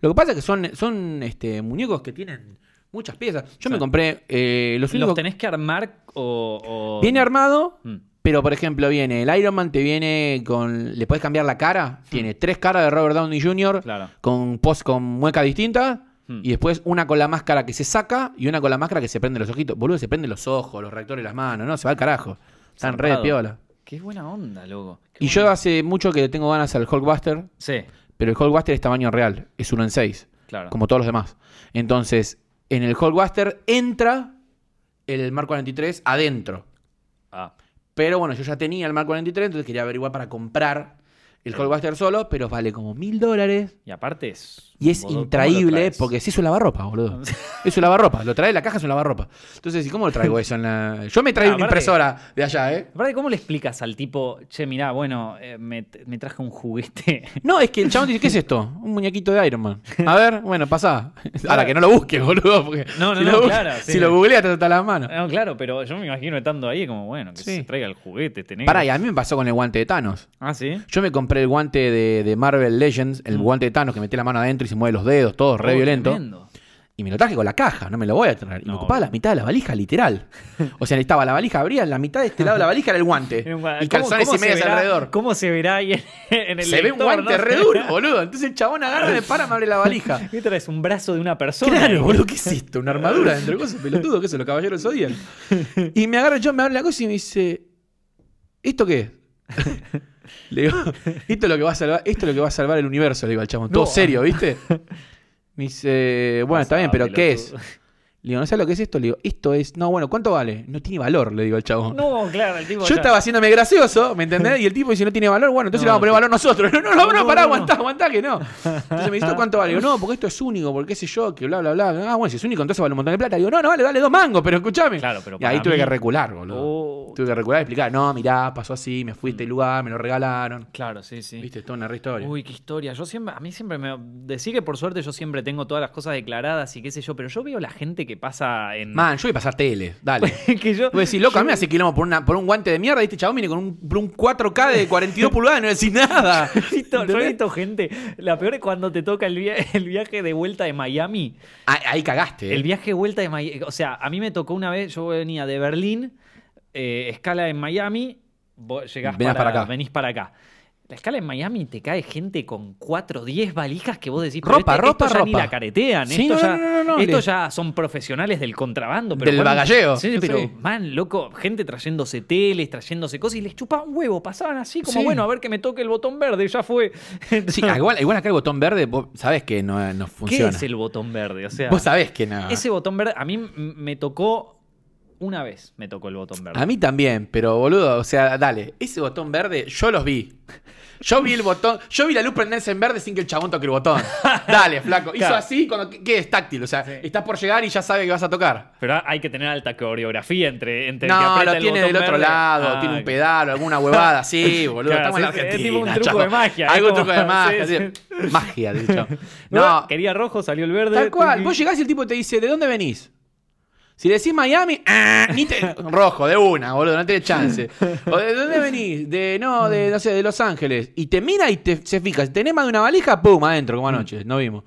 B: Lo que pasa es que son, son este, muñecos que tienen muchas piezas. Yo me
A: Sí.
B: compré eh, los únicos.
A: ¿Los tenés que armar o.? o-
B: Viene armado,
A: Mm.
B: pero por ejemplo, viene el Iron Man, te viene con. Le podés cambiar la cara. Tiene tres caras de Robert Downey Jr.
A: Hmm. Claro.
B: Con pos con mueca distinta.
A: Hmm.
B: Y después una con la máscara que se saca y una con la máscara que se prende los ojitos. Boludo, se prende los ojos, los reactores, las manos, no, se va al carajo. Están re de
A: Zarpado.
B: piola.
A: Qué buena onda, loco. Qué
B: Y yo
A: buena-
B: hace mucho que le tengo ganas al Hulkbuster,
A: Sí,
B: pero el Hulkbuster es tamaño real, es uno en seis
A: claro.
B: como todos los demás. Entonces, en el Hulkbuster entra el Mark 43 adentro.
A: Ah,
B: Pero bueno, yo ya tenía el Mark 43, entonces quería averiguar para comprar el Hulkbuster solo, pero vale como mil dólares.
A: Y aparte es.
B: Y es
A: ¿cómo lo- cómo lo
B: intraíble
A: traes?
B: porque sí es un
A: (laughs)
B: lavarropa, boludo. Es un lavarropa. Lo trae en la caja, es un lavarropa. Entonces, ¿y cómo lo traigo eso en la...? Yo me traigo
A: Ah,
B: una
A: aparte-
B: impresora de allá, ¿eh?
A: Aparte, ¿cómo le explicas al tipo, che, mirá, bueno, eh, me, me traje un juguete? (laughs)
B: No, es que el chabón dice, ¿qué es esto? Un muñequito de Iron Man. A ver, bueno, pasá. Ahora que no lo busques, (laughs) boludo, porque
A: No, no,
B: si,
A: no,
B: lo, bu-
A: claro, sí. Eh,
B: si lo googleas te ata las manos.
A: no, claro, pero yo me imagino estando ahí como, bueno, que
B: Sí.
A: se traiga el juguete. Tenés...
B: Pará, y a mí me pasó con el guante de Thanos.
A: Ah, sí.
B: Yo me compré el guante de, de Marvel Legends, el guante de Thanos que metí la mano adentro y se mueve los dedos, todo re
A: Mm. Oh,
B: violento.
A: tremendo.
B: Y me lo traje con la caja, no me lo voy a traer. Y me
A: No,
B: ocupaba la
A: obvio.
B: mitad de la valija, literal. O sea, estaba la valija, abría la mitad de este lado de la valija era el guante.
A: (laughs) Era un gua- ¿Cómo-
B: Y calzones
A: cómo
B: y
A: se
B: medias
A: verá-
B: alrededor.
A: ¿Cómo se verá ahí en, (laughs) en el
B: Se ve un
A: lector,
B: guante
A: no?
B: re
A: (laughs)
B: duro, boludo. Entonces el chabón agarra, me para, me abre la valija.
A: ¿Qué traes? ¿Un brazo de una persona?
B: Claro, boludo, ¿qué es esto? Una armadura dentro de cosas, pelotudo, que eso, los caballeros odian. Y me agarra yo, me abre la cosa y me dice, ¿esto qué es? (laughs) Le digo, esto es lo que va a salvar, esto es lo que va a salvar el universo, le digo al chabón. Todo
A: No.
B: serio, ¿viste? Me dice, bueno, está bien, pero ¿qué es?
A: pelotudo.
B: Le digo, ¿no sabes lo que es esto? Le digo, esto es, no, bueno, ¿cuánto vale? No tiene valor, le digo al chabón.
A: No, claro, el tipo.
B: Yo
A: ya-
B: estaba haciéndome gracioso,
A: (laughs)
B: ¿me entendés? Y el tipo dice, no tiene valor, bueno, entonces
A: No,
B: le vamos a poner
A: te-
B: valor nosotros. (laughs) No, no, no, no,
A: No,
B: pará,
A: no.
B: aguantá, aguantá que no. Entonces me dice, ¿esto cuánto vale? Digo, no, porque esto es único, porque qué sé yo, que bla, bla, bla. Ah, bueno, si es único, entonces vale un montón de plata. Digo, no, no, vale, dale dos mangos, pero escúchame.
A: Claro, pero
B: y ahí
A: para
B: tuve
A: mí-
B: que recular, boludo.
A: Oh,
B: Tuve que recular y explicar, no, mirá, pasó así, me fui a este lugar, me lo regalaron.
A: Claro, sí, sí.
B: Viste, toda una re historia.
A: Uy, qué historia. Yo siempre, a mí siempre me decía que por suerte yo siempre tengo todas las cosas declaradas y qué sé yo, pero yo veo la gente que pasa en
B: Man, yo voy a pasar tele, dale.
A: (laughs) que yo
B: Vos decís, loco, a mí me hace quilombo por, una, por un guante de mierda y este chabón viene con un, por un 4K de 42 pulgadas y no
A: (laughs)
B: decís nada.
A: he visto, yo he
B: ¿Entendés?
A: visto gente. La peor es cuando te toca el, via- el viaje de vuelta de Miami.
B: Ahí, ahí cagaste. eh.
A: El viaje de vuelta de Miami. O sea, a mí me tocó una vez, yo venía de Berlín, eh, escala en Miami, vos llegás
B: Venás para acá.
A: venís para acá. La escala en Miami te cae gente con 4 o 10 valijas que vos decís, pero
B: Ropa,
A: este- esto
B: ropa,
A: ya ni
B: ropa.
A: la caretean.
B: Sí,
A: esto
B: no,
A: ya,
B: no, no, no, no,
A: esto
B: le-
A: ya son profesionales del contrabando. Pero
B: Del
A: bueno,
B: bagalleo.
A: Sí,
B: Sí,
A: pero,
B: sí.
A: man, loco, gente trayéndose teles, trayéndose cosas y les chupaba un huevo. Pasaban así como,
B: Sí.
A: bueno, a ver que me toque el botón verde, ya fue. (laughs)
B: Sí, ah, igual, igual acá el botón verde, vos sabés que no, no
A: ¿Qué
B: funciona.
A: es el botón verde? O sea,
B: Vos sabés que no.
A: ese botón verde, a mí m- me tocó una vez, me tocó el botón verde.
B: A mí también, pero boludo, o sea, dale, ese botón verde, yo los vi. Yo vi el botón, yo vi la luz prenderse en verde sin que el chabón toque
A: (laughs)
B: el botón. Dale, flaco. Hizo
A: Claro.
B: así cuando que es táctil, o sea,
A: Sí.
B: estás por llegar y ya sabe que vas a tocar.
A: Pero hay que tener alta coreografía entre, entre el que
B: No,
A: aprieta
B: lo
A: el
B: tiene
A: botón
B: del otro
A: verde.
B: lado,
A: Ah,
B: tiene un
A: que-
B: pedal, alguna
A: (laughs)
B: huevada, sí, boludo.
A: Claro,
B: estamos en la
A: sí, sí, es
B: Argentina.
A: tipo un truco
B: chabón.
A: de magia, es
B: Algo un
A: como-
B: truco de
A: (laughs)
B: magia.
A: sí,
B: así. Magia, del chabón.
A: No,
B: No,
A: quería rojo, salió el verde.
B: Tal cual.
A: tuki.
B: Vos llegás y el tipo te dice, ¿de dónde venís? Si le decís Miami, ¡ah! ni te- (laughs) rojo, de una, boludo, no tenés chance. (laughs) O de dónde venís, de no, de Mm. no sé, de Los Ángeles. Y te mira y te se fija, si tenés más de una valija, pum, adentro, como anoche, no vimos.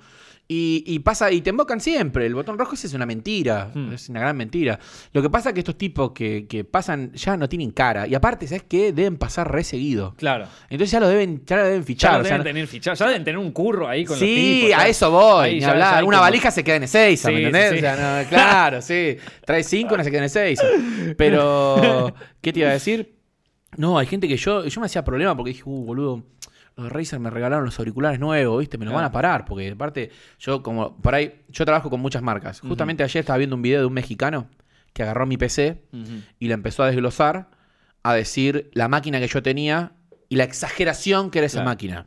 B: Y, y pasa, y te invocan siempre. El botón rojo ese es una mentira.
A: Mm.
B: Es una gran mentira. Lo que pasa es que estos tipos que, que pasan ya no tienen cara. Y aparte, ¿sabes qué? Deben pasar re seguido.
A: Claro.
B: Entonces ya lo deben, ya lo deben
A: Ya
B: fichar.
A: lo
B: o sea,
A: deben
B: no-
A: tener fichado, ya deben tener un curro ahí con los
B: sí,
A: tipos. ya.
B: a eso voy.
A: Ahí
B: ni
A: ya- ya
B: hablar.
A: hay
B: Una
A: como-
B: valija se queda en Ezeiza,
A: Sí,
B: ¿me entendés?
A: sí, sí.
B: O sea,
A: (laughs)
B: no, claro, sí. Trae cinco, una se queda en Ezeiza. Pero, ¿qué te iba a decir? No, hay gente que yo, yo me hacía problema porque dije, uh, boludo, los de Razer me regalaron los auriculares nuevos, ¿viste? Me los
A: Claro.
B: van a parar, porque aparte, yo como, por ahí, yo trabajo con muchas marcas. Justamente ayer estaba viendo un video de un mexicano que agarró mi PC
A: Ujú.
B: y la empezó a desglosar, a decir la máquina que yo tenía y la exageración que era esa
A: Claro.
B: máquina,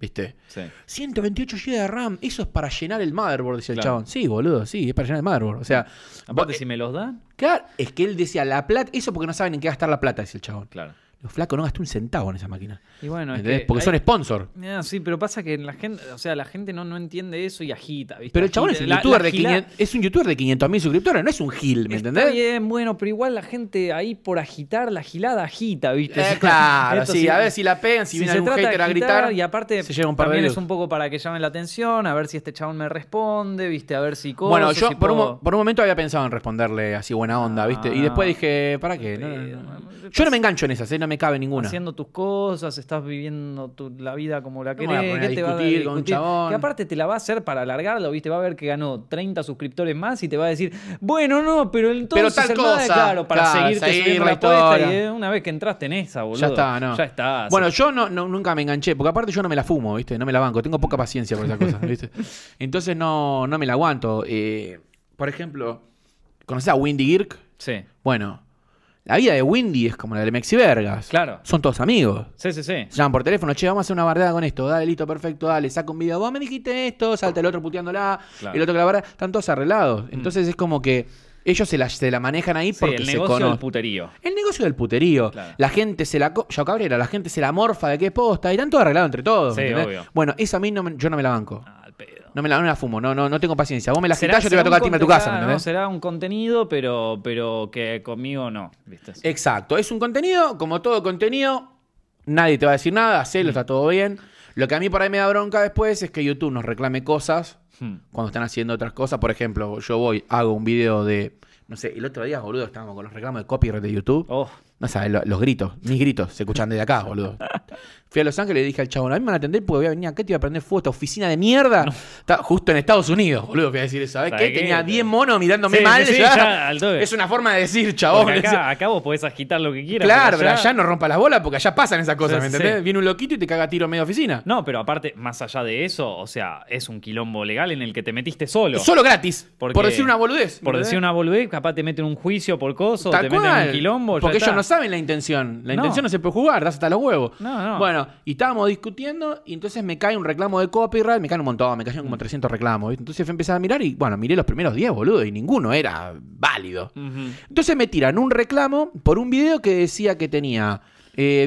B: ¿viste?
A: Sí.
B: 128 GB de RAM, eso es para llenar el motherboard, decía
A: Claro.
B: el chabón. Sí, boludo, sí, es para llenar el motherboard. O sea,
A: Aparte,
B: vos-
A: si me los dan,
B: claro, es que él decía la plata, eso porque no saben en qué gastar la plata, decía el chabón.
A: claro.
B: Los flacos no gasté un centavo en esa máquina.
A: Y bueno, es
B: ¿entendés?
A: que
B: Porque
A: hay-
B: son sponsor.
A: Ah, sí, pero pasa que la gente, o sea, la gente no, no entiende eso y agita, ¿viste?
B: Pero el chabón es
A: Agita.
B: un
A: La-
B: youtuber
A: la
B: de
A: gila-
B: 500 es un youtuber de 500 mil suscriptores, no es un gil, ¿me
A: Está
B: entendés?
A: bien, bueno, pero igual la gente ahí por agitar, la gilada agita, ¿viste?
B: Eh, claro,
A: Esto
B: sí,
A: sí.
B: a ver si la pegan, si, viene algún
A: de
B: hater a
A: agitar,
B: gritar.
A: Y aparte,
B: se lleva un par de
A: también
B: views.
A: es un poco para que llamen la atención, a ver si este chabón me responde, ¿viste? A ver si cosa,
B: Bueno, yo
A: si
B: por un,
A: puedo-
B: mo- por un momento había pensado en responderle así buena onda, ¿viste? Y después
A: Ah, no.
B: dije, ¿para qué? No, no, no. Yo no me engancho en esas, ¿eh? no me cabe ninguna.
A: haciendo tus cosas, estás viviendo tu- la vida como la
B: me
A: querés.
B: voy a poner a
A: ¿qué te va a
B: discutir con un chabón?
A: Que aparte te la va a hacer para alargarlo, ¿viste? Va a ver que ganó 30 suscriptores más y te va a decir, bueno, no, pero entonces
B: tal
A: el MADE,
B: cosa,
A: claro, para
B: claro,
A: seguirte
B: seguir
A: subiendo
B: la
A: la apuesta y
B: historia.
A: eh, una vez que entraste en esa, boludo.
B: Ya está, ¿no?
A: Ya está.
B: Bueno, yo no, no- nunca me enganché, porque aparte yo no me la fumo, ¿viste? No me la banco, tengo poca paciencia por
A: (laughs)
B: esas cosas, ¿viste? Entonces no, no me la aguanto. Eh, por ejemplo, ¿conoces a Windy Girk?
A: sí.
B: Bueno, la vida de Windy es como la de Mexi Vergas.
A: Claro.
B: Son todos amigos.
A: Sí, sí, sí.
B: Se Llaman por teléfono, che, vamos a hacer una bardeada con esto, dale, listo, perfecto, dale, saca un video, vos me dijiste esto, salta el otro puteándola,
A: Claro. Mm.
B: el otro que la verdad, están todos arreglados. Entonces es como que ellos se la, se la manejan ahí
A: Sí,
B: porque
A: el
B: se
A: negocio del
B: conocen.
A: puterío.
B: El negocio del puterío.
A: Claro.
B: La gente se la. co- Yao Cabrera, la gente se la morfa de qué posta. Y tanto arreglado entre todos.
A: Sí,
B: ¿entendés?
A: obvio.
B: Bueno, eso a mí no me- yo no me la banco.
A: Ah, al pedo.
B: No me la, no la fumo, no, no, no tengo paciencia. Vos me la
A: Será-
B: agitás, yo te voy a
A: será
B: tocar
A: un
B: a ti en tu
A: conte-
B: casa, ¿me
A: claro,
B: entendés?
A: Será un contenido, pero, pero que conmigo no, ¿viste?
B: Eh, Exacto. Es un contenido, como todo contenido, nadie te va a decir nada,
A: Mm.
B: hacelo, está todo bien. Lo que a mí por ahí me da bronca después es que YouTube nos reclame cosas
A: Hmm.
B: cuando están haciendo otras cosas. Por ejemplo, yo voy, hago un video de. No sé, el otro día, boludo, estábamos con los reclamos de copyright de YouTube.
A: Oh,
B: No sabes, lo- los gritos, mis gritos, se escuchan desde acá, boludo. Fui a Los Ángeles y le dije al chabón, a mí me van a atender porque voy a venir acá y te voy a prender fuego a esta oficina de mierda. Está justo en Estados Unidos, boludo, voy a decir eso. ¿Sabes
A: ¿Sabés
B: qué?
A: qué?
B: Tenía 10 monos mirándome
A: Sí, sí,
B: mal.
A: sí,
B: ya.
A: ya, al toque.
B: es una forma de decir, chabón.
A: porque acá, acá vos podés agitar lo que quieras.
B: claro, pero
A: allá-
B: allá no rompa las bolas porque allá pasan esas cosas,
A: Sí,
B: ¿me
A: sí.
B: entendés? Viene un loquito y te caga tiro en medio oficina.
A: No, pero aparte, más allá de eso, o sea, es un quilombo legal en el que te metiste solo.
B: Solo gratis.
A: Porque-
B: por decir una boludez.
A: Por
B: ¿entendés?
A: decir una boludez, capaz te meten un juicio por coso,
B: Tal
A: te meten
B: cual,
A: un quilombo. ya
B: Porque
A: está.
B: ellos no saben la intención. La
A: No.
B: intención no se puede jugar, das hasta los huevos.
A: No, no.
B: Bueno, y estábamos discutiendo y entonces me cae un reclamo de copyright, me caen un montón, me cayeron
A: Mm.
B: como 300 reclamos. ¿viste? Entonces empecé a mirar y, bueno, miré los primeros 10, boludo, y ninguno era válido.
A: Ujú.
B: Entonces me tiran un reclamo por un video que decía que tenía eh,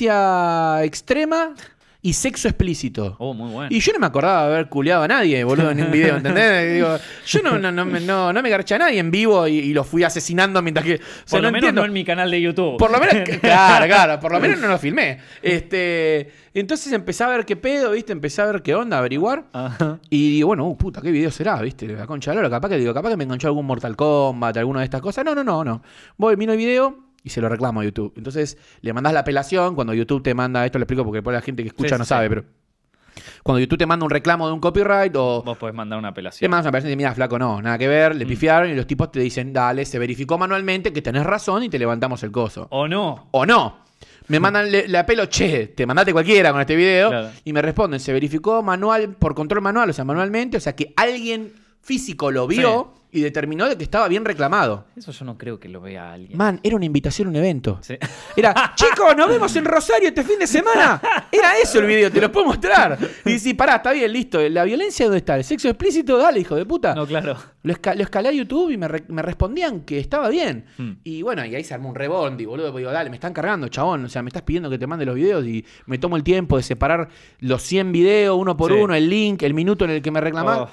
B: violencia extrema y sexo explícito.
A: Oh, muy bueno.
B: Y yo no me acordaba de haber culeado a nadie, boludo, en un
A: (laughs)
B: video, ¿entendés? Digo, yo no, no, no, me- no, no me garché a nadie en vivo y, y lo fui asesinando mientras que. o sea,
A: por lo
B: no
A: menos
B: entiendo.
A: no en mi canal de YouTube.
B: Por
A: (laughs)
B: lo menos, claro, claro, por lo menos no lo filmé. Este, entonces empecé a ver qué pedo, ¿viste? Empecé a ver qué onda, a averiguar.
A: Ajá.
B: Y digo, bueno, uh, puta, ¿qué video será? ¿Viste? La concha de la lora. capaz que digo, capaz que me enganchó algún Mortal Kombat, alguna de estas cosas. No, no, no, no. Voy, miro el video y se lo reclamo a YouTube. Entonces le mandás la apelación cuando YouTube te manda, esto lo explico porque por la gente que escucha
A: Sí,
B: no
A: sí,
B: sabe,
A: sí.
B: pero cuando YouTube te manda un reclamo de un copyright o,
A: Vos Mm. podés mandar una
B: te
A: apelación.
B: mandas una persona y dice, mira, flaco, no, nada que ver, le pifiaron y los tipos te dicen, dale, se verificó manualmente que tenés razón y te levantamos el coso.
A: ¿O no?
B: O no. Me mandan le, le apelo, che, te mandaste cualquiera con este video.
A: Claro.
B: Y me responden, se verificó manual, por control manual, o sea, manualmente, o sea que alguien físico lo vio y determinó de que estaba bien reclamado.
A: Eso yo no creo que lo vea alguien.
B: Man, era una invitación a un evento.
A: Sí. (laughs)
B: Era, chicos, nos vemos en Rosario este fin de semana. Era eso el video, te lo puedo mostrar. Y dice, pará, está bien, listo. La violencia, ¿dónde está? ¿El sexo explícito? Dale, hijo de puta.
A: No, claro.
B: Lo, esca- lo escalé a YouTube y me, re- me respondían que estaba bien.
A: Hmm.
B: Y bueno, y ahí se armó un rebondi, boludo. porque Digo, dale, me están cargando, chabón. O sea, me estás pidiendo que te mande los videos y me tomo el tiempo de separar los 100 videos uno por
A: Sí.
B: uno, el link, el minuto en el que me reclamás.
A: Oh.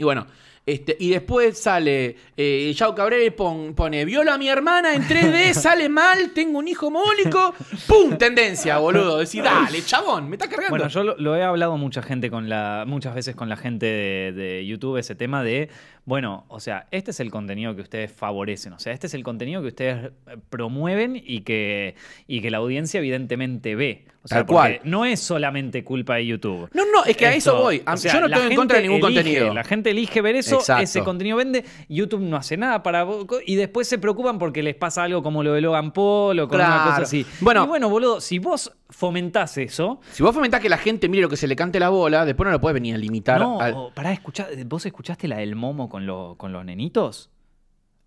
B: Y bueno, Este, y después sale eh, Yao Cabrera y pon- pone, viola a mi hermana en
A: (laughs)
B: 3D, sale mal, tengo un hijo mólico. ¡Pum! Tendencia, boludo. Decís, dale, chabón, me está cargando.
A: Bueno, yo lo, lo he hablado mucha gente con la, muchas veces con la gente de, de YouTube, ese tema de, bueno, o sea, este es el contenido que ustedes favorecen, o sea, este es el contenido que ustedes eh, promueven y que, y que la audiencia evidentemente ve. O sea,
B: Tal cual.
A: porque No es solamente culpa de YouTube.
B: No, no, es que a eso
A: Esto,
B: voy. A-
A: o sea,
B: yo no
A: la
B: estoy en
A: gente
B: contra de ningún
A: elige,
B: contenido.
A: La gente elige ver eso,
B: Exacto.
A: ese contenido vende, YouTube no hace nada para vos, co- y después se preocupan porque les pasa algo como lo de Logan Paul o con una cosa
B: Claro.
A: así.
B: Bueno.
A: y bueno, boludo, si vos fomentás eso,
B: Si vos fomentás que la gente mire lo que se le cante la bola, después no lo puedes venir a limitar.
A: No,
B: al-
A: o- pará, escuchá, eh, ¿vos escuchaste la del Momo con, lo- con los nenitos?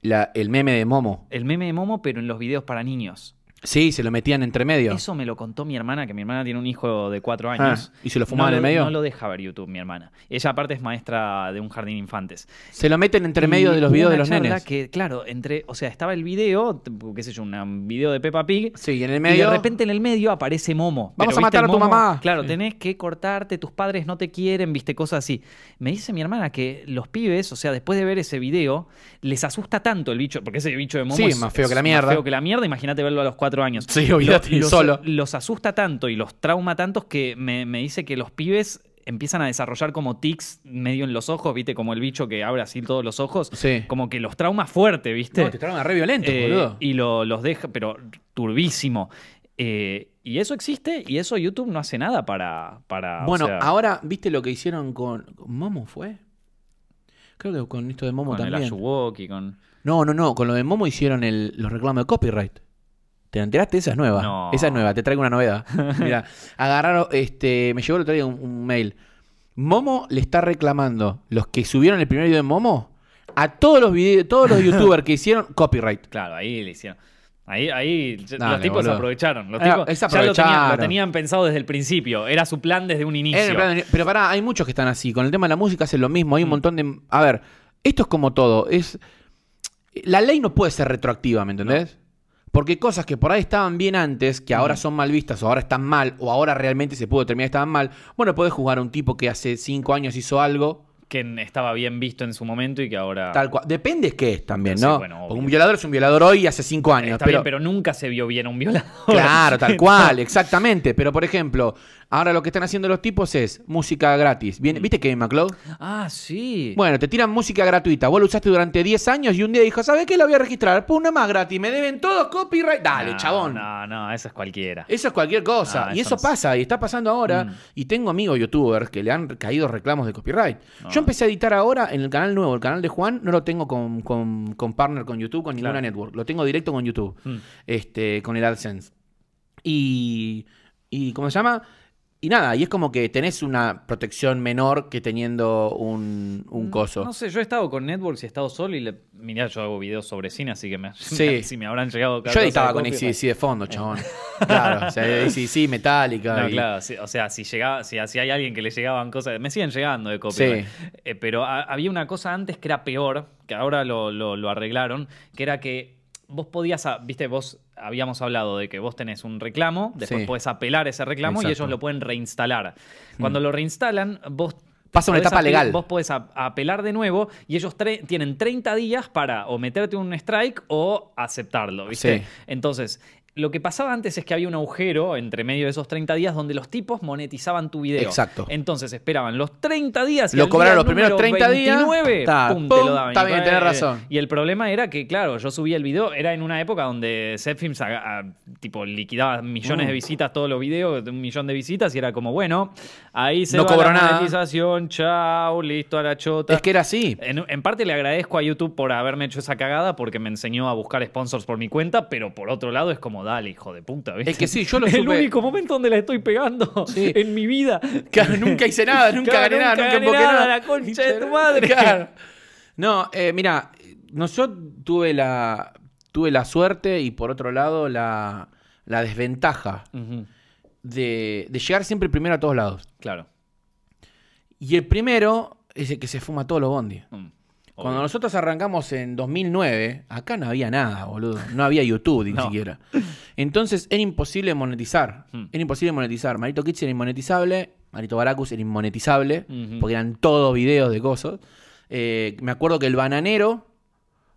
B: la- el meme de Momo.
A: El meme de Momo, pero en los videos para niños.
B: Sí, se lo metían entre medio.
A: Eso me lo contó mi hermana, que mi hermana tiene un hijo de cuatro
B: Ah,
A: años.
B: ¿Y se lo fumaban
A: no,
B: en el medio?
A: No lo deja ver YouTube, mi hermana. Ella aparte es maestra de un jardín infantes.
B: Se lo meten entre medio
A: Y
B: de los
A: hubo
B: videos de
A: una
B: los
A: charla
B: nenes.
A: que, claro, entre, o sea, estaba el video, t- qué sé yo, una- un video de Peppa Pig,
B: Sí, y en el
A: Y
B: medio.
A: de repente en el medio aparece Momo.
B: Vamos
A: Pero,
B: a
A: ¿viste?
B: matar a tu
A: Momo,
B: mamá.
A: Claro, tenés que cortarte, tus padres no te quieren, viste, cosas así. Me dice mi hermana que los pibes, o sea, después de ver ese video, les asusta tanto el bicho, porque ese bicho de Momo
B: Sí, más feo que la mierda.
A: Más feo que la mierda, imagínate verlo a los cuatro años.
B: Sí, olvídate,
A: los,
B: solo.
A: Los asusta tanto y los trauma tantos que me, me dice que los pibes empiezan a desarrollar como tics medio en los ojos, viste, como el bicho que abre así todos los ojos.
B: Sí.
A: Como que los trauma fuerte, viste.
B: No, te tratan re violento,
A: Eh,
B: boludo.
A: y lo- los deja, pero turbísimo. Eh, y eso existe y eso YouTube no hace nada para... para ah, o
B: Bueno,
A: sea,
B: ahora, ¿viste lo que hicieron con. con ¿Momo fue? Creo que con esto de Momo
A: con el
B: también.
A: Ayuwoki, con...
B: No, no, no. Con lo de Momo hicieron el, los reclamos de copyright. ¿Te enteraste? Esa es nueva.
A: No.
B: Esa es nueva. Te traigo una novedad. Mira, agarraron. Este, me llegó el otro día un, un mail. Momo le está reclamando los que subieron el primer video de Momo a todos los videos, todos los youtubers que hicieron copyright.
A: Claro, ahí le hicieron... Ahí, ahí
B: Dale,
A: los tipos
B: boludo.
A: aprovecharon. Los
B: Ah,
A: tipos
B: es
A: ya lo tenían, lo
B: aprovecharon.
A: tenían pensado desde el principio. Era su plan desde un inicio.
B: Eh, pero- Pero pará, hay muchos que están así. Con el tema de la música hacen lo mismo.
A: Mm.
B: Hay un montón de. A ver, esto es como todo. Es. La ley no puede ser retroactiva, ¿me entendés? Porque cosas que por ahí estaban bien antes, que
A: Mm.
B: ahora son mal vistas, o ahora están mal, o ahora realmente se pudo determinar que estaban mal, bueno, podés jugar a un tipo que hace cinco años hizo algo,
A: Que estaba bien visto en su momento y que ahora...
B: tal cual. Depende qué es también,
A: Ah. Sí,
B: ¿no?
A: bueno, obvio.
B: Porque un violador es un violador hoy y hace cinco años.
A: Está bien, pero nunca se vio bien a un violador. (laughs)
B: Claro, tal cual, exactamente. Pero por ejemplo, ahora lo que están haciendo los tipos es música gratis. Viene-
A: Mm.
B: ¿Viste Kevin McCloud?
A: Ah, sí.
B: Bueno, te tiran música gratuita. Vos lo usaste durante 10 años y un día dijo, ¿sabes qué? La voy a registrar. Pum, una más gratis. Me deben todos copyright. Dale,
A: No,
B: chabón. Eh,
A: No, no, eso es cualquiera.
B: Eso es cualquier cosa.
A: No,
B: y
A: eso
B: eso
A: no sé.
B: pasa, y está pasando ahora.
A: Mm.
B: Y tengo amigos youtubers que le han caído reclamos de copyright.
A: No.
B: Yo empecé a editar ahora en el canal nuevo, el canal de Juan. No lo tengo con, con- con partner con YouTube, con ninguna
A: Claro.
B: network. Lo tengo directo con YouTube,
A: Mm.
B: este, con el AdSense. Y, y, ¿cómo se llama? Y nada, y es como que tenés una protección menor que teniendo un,
A: Mm.
B: un coso.
A: No sé, yo he estado con Networks y he estado solo y le... mirá, yo hago videos sobre cine, así que me, (laughs)
B: Sí.
A: si me habrán llegado cada
B: Yo
A: cosa
B: editaba
A: de
B: con
A: copyright.
B: ACDC de fondo,
A: (laughs)
B: chabón. Claro, o sea, ACDC, Metallica.
A: No,
B: y-
A: claro, sí, o sea, si llegaba, si, si hay alguien que le llegaban cosas, me siguen llegando de copyright. Eh, pero ha- había una cosa antes que era peor, que ahora lo, lo- lo arreglaron, que era que vos podías, a- viste, vos habíamos hablado de que vos tenés un reclamo, después
B: Sí.
A: podés apelar ese reclamo y
B: Exacto. Mm.
A: ellos lo pueden reinstalar. Cuando lo reinstalan, vos
B: Pasa una
A: podés
B: etapa
A: apelar-
B: legal.
A: Vos podés ap- apelar de nuevo y ellos tre- tienen 30 días para o meterte un strike o aceptarlo, ¿viste?
B: Sí.
A: Entonces, lo que pasaba antes es que había un agujero entre medio de esos 30 días donde los tipos monetizaban tu video.
B: Exacto.
A: Entonces esperaban los 30 días. y
B: Lo
A: al día
B: cobraron los primeros
A: número
B: 30 días,
A: 29,
B: ta,
A: pum,
B: pum,
A: te lo daban.
B: está
A: Y
B: bien,
A: pa-
B: tenés razón.
A: Y el problema era que, claro, yo subía el video, era en una época donde Zepfilms aga- a- tipo, liquidaba millones
B: Mm.
A: de visitas todos los videos, un millón de visitas, y era como, bueno, ahí se
B: No
A: va
B: cobró
A: la
B: nada.
A: monetización, chau, listo a la chota.
B: Es que
A: (laughs)
B: era así.
A: En, en parte le agradezco a YouTube por haberme hecho esa cagada porque me enseñó a buscar sponsors por mi cuenta, pero por otro lado es como, dale, hijo de puta, ¿viste?
B: Es
A: (laughs)
B: que sí, yo lo
A: El
B: supe.
A: único momento donde la estoy pegando
B: Sí.
A: (laughs) en mi vida.
B: (laughs) Claro, nunca hice nada, nunca
A: Claro,
B: gané nada,
A: nunca
B: nunca
A: gané
B: empoqué
A: nada,
B: nada.
A: la concha de tu madre.
B: Claro. No, eh, mira, no, yo tuve la, tuve la suerte y por otro lado la, la desventaja
A: Ujú,
B: de, de llegar siempre primero a todos lados.
A: Claro.
B: Y el primero es el que se fuma todos los bondis.
A: Mm,
B: Cuando
A: obvio.
B: nosotros arrancamos en 2009, acá no había nada, boludo. No había YouTube
A: (laughs)
B: ni
A: No.
B: siquiera. Entonces era imposible monetizar.
A: Hmm.
B: Era imposible monetizar. Marito Kids era inmonetizable. Marito Baracus era inmonetizable.
A: Ujú.
B: Porque eran todos videos de cosas. Eh, me acuerdo que el bananero,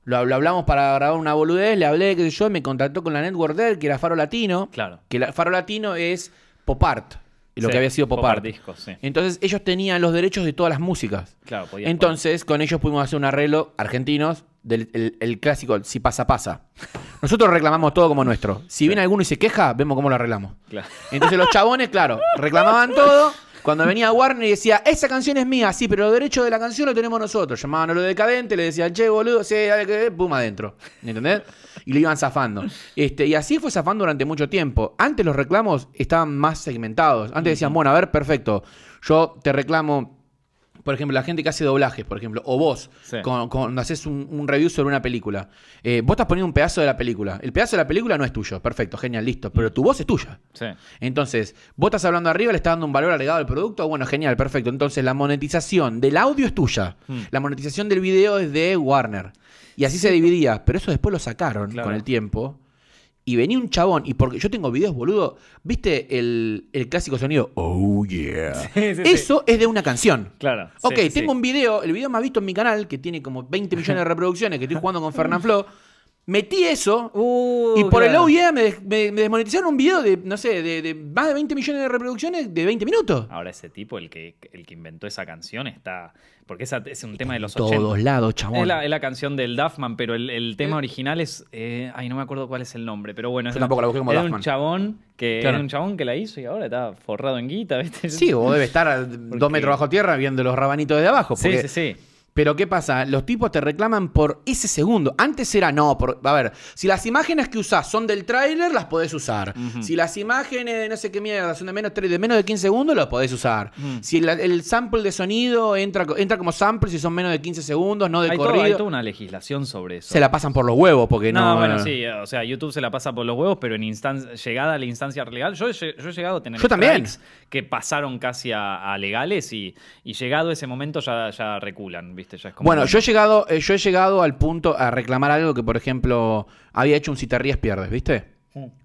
B: lo, lo hablamos para grabar una boludez, le hablé, qué sé yo, y me contactó con la network de él, que era Faro Latino.
A: Claro.
B: Que la- Faro Latino es pop art, lo
A: Sí,
B: que había sido pop, art.
A: discos, sí.
B: Entonces ellos tenían los derechos de todas las músicas.
A: Claro, podías
B: Entonces con ellos pudimos hacer un arreglo argentinos del el, el clásico Si pasa, pasa. Nosotros reclamamos todo como nuestro. Si viene alguno y se queja, vemos cómo lo arreglamos.
A: Claro.
B: Entonces los chabones, claro, reclamaban todo. Cuando venía Warner y decía, esa canción es mía, sí, pero los derechos de la canción lo tenemos nosotros. Llamaban a lo decadente, le decían, che, boludo, sí, dale que, pum, adentro. ¿Entendés? Y lo iban zafando. Este, y así fue zafando durante mucho tiempo. Antes los reclamos estaban más segmentados. Antes decían, bueno, a ver, perfecto. Yo te reclamo por ejemplo, la gente que hace doblajes, por ejemplo, o vos,
A: Sí.
B: con- cuando haces un, un review sobre una película, eh, vos estás poniendo un pedazo de la película. El pedazo de la película no es tuyo, perfecto, genial, listo, pero tu voz es tuya. (laughs)
A: Sí.
B: Entonces, vos estás hablando arriba, le estás dando un valor agregado al producto, bueno, genial, perfecto. Entonces, la monetización del audio es tuya,
A: Mm.
B: la monetización del video es de Warner. Y así se dividía, pero eso después lo sacaron
A: Claro.
B: con el tiempo. Y venía un chabón, y porque yo tengo videos, boludo, ¿viste el, el clásico sonido? Oh, yeah.
A: Sí, sí, sí.
B: Eso es de una canción.
A: Claro. sí,
B: Ok,
A: sí,
B: tengo
A: sí.
B: un video, el video más visto en mi canal, que tiene como 20 millones de reproducciones, que estoy jugando con
A: (laughs)
B: Fernán Flo. Metí eso
A: Uh,
B: y por el
A: claro.
B: OEA me, des- me- me desmonetizaron un video de, no sé, de, de más de 20 millones de reproducciones de 20 minutos.
A: Ahora ese tipo, el que, el que inventó esa canción, está... Porque esa es un tema de los 80.
B: Todos lados, chabón.
A: Es la, es la canción del Duffman, pero el, el tema original es. eh, ay, no me acuerdo cuál es el nombre, pero bueno.
B: Yo
A: es-
B: tampoco la busqué como
A: era
B: Duffman.
A: un chabón que
B: Claro.
A: Era un chabón que la hizo y ahora está forrado en guita, (laughs) ¿viste?
B: Sí, vos debe estar
A: (laughs)
B: a dos metros bajo tierra viendo los rabanitos de abajo.
A: sí,
B: porque-
A: sí, sí.
B: Pero ¿qué pasa? Los tipos te reclaman por ese segundo. Antes era no, por, a ver, si las imágenes que usás son del tráiler, las podés usar. Si las imágenes de no sé qué mierda son de menos, tre- de, menos de 15 segundos, las podés usar. Si la- el sample de sonido entra, co- entra como sample si son menos de 15 segundos, no de
A: Hay, todo- hay
B: corrido,
A: toda una legislación sobre eso.
B: se la pasan por los huevos porque no...
A: no, bueno, sí, o sea, YouTube se la pasa por los huevos, pero en instan- llegada a la instancia legal, yo, he lle- yo he llegado a tener
B: Yo también.
A: strikes que pasaron casi a, a legales y, y llegado ese momento ya, ya reculan, ¿viste? Ya es como
B: Bueno, yo he llegado, eh, yo he llegado al punto a reclamar algo que, por ejemplo, había hecho un si te ríes pierdes, ¿viste?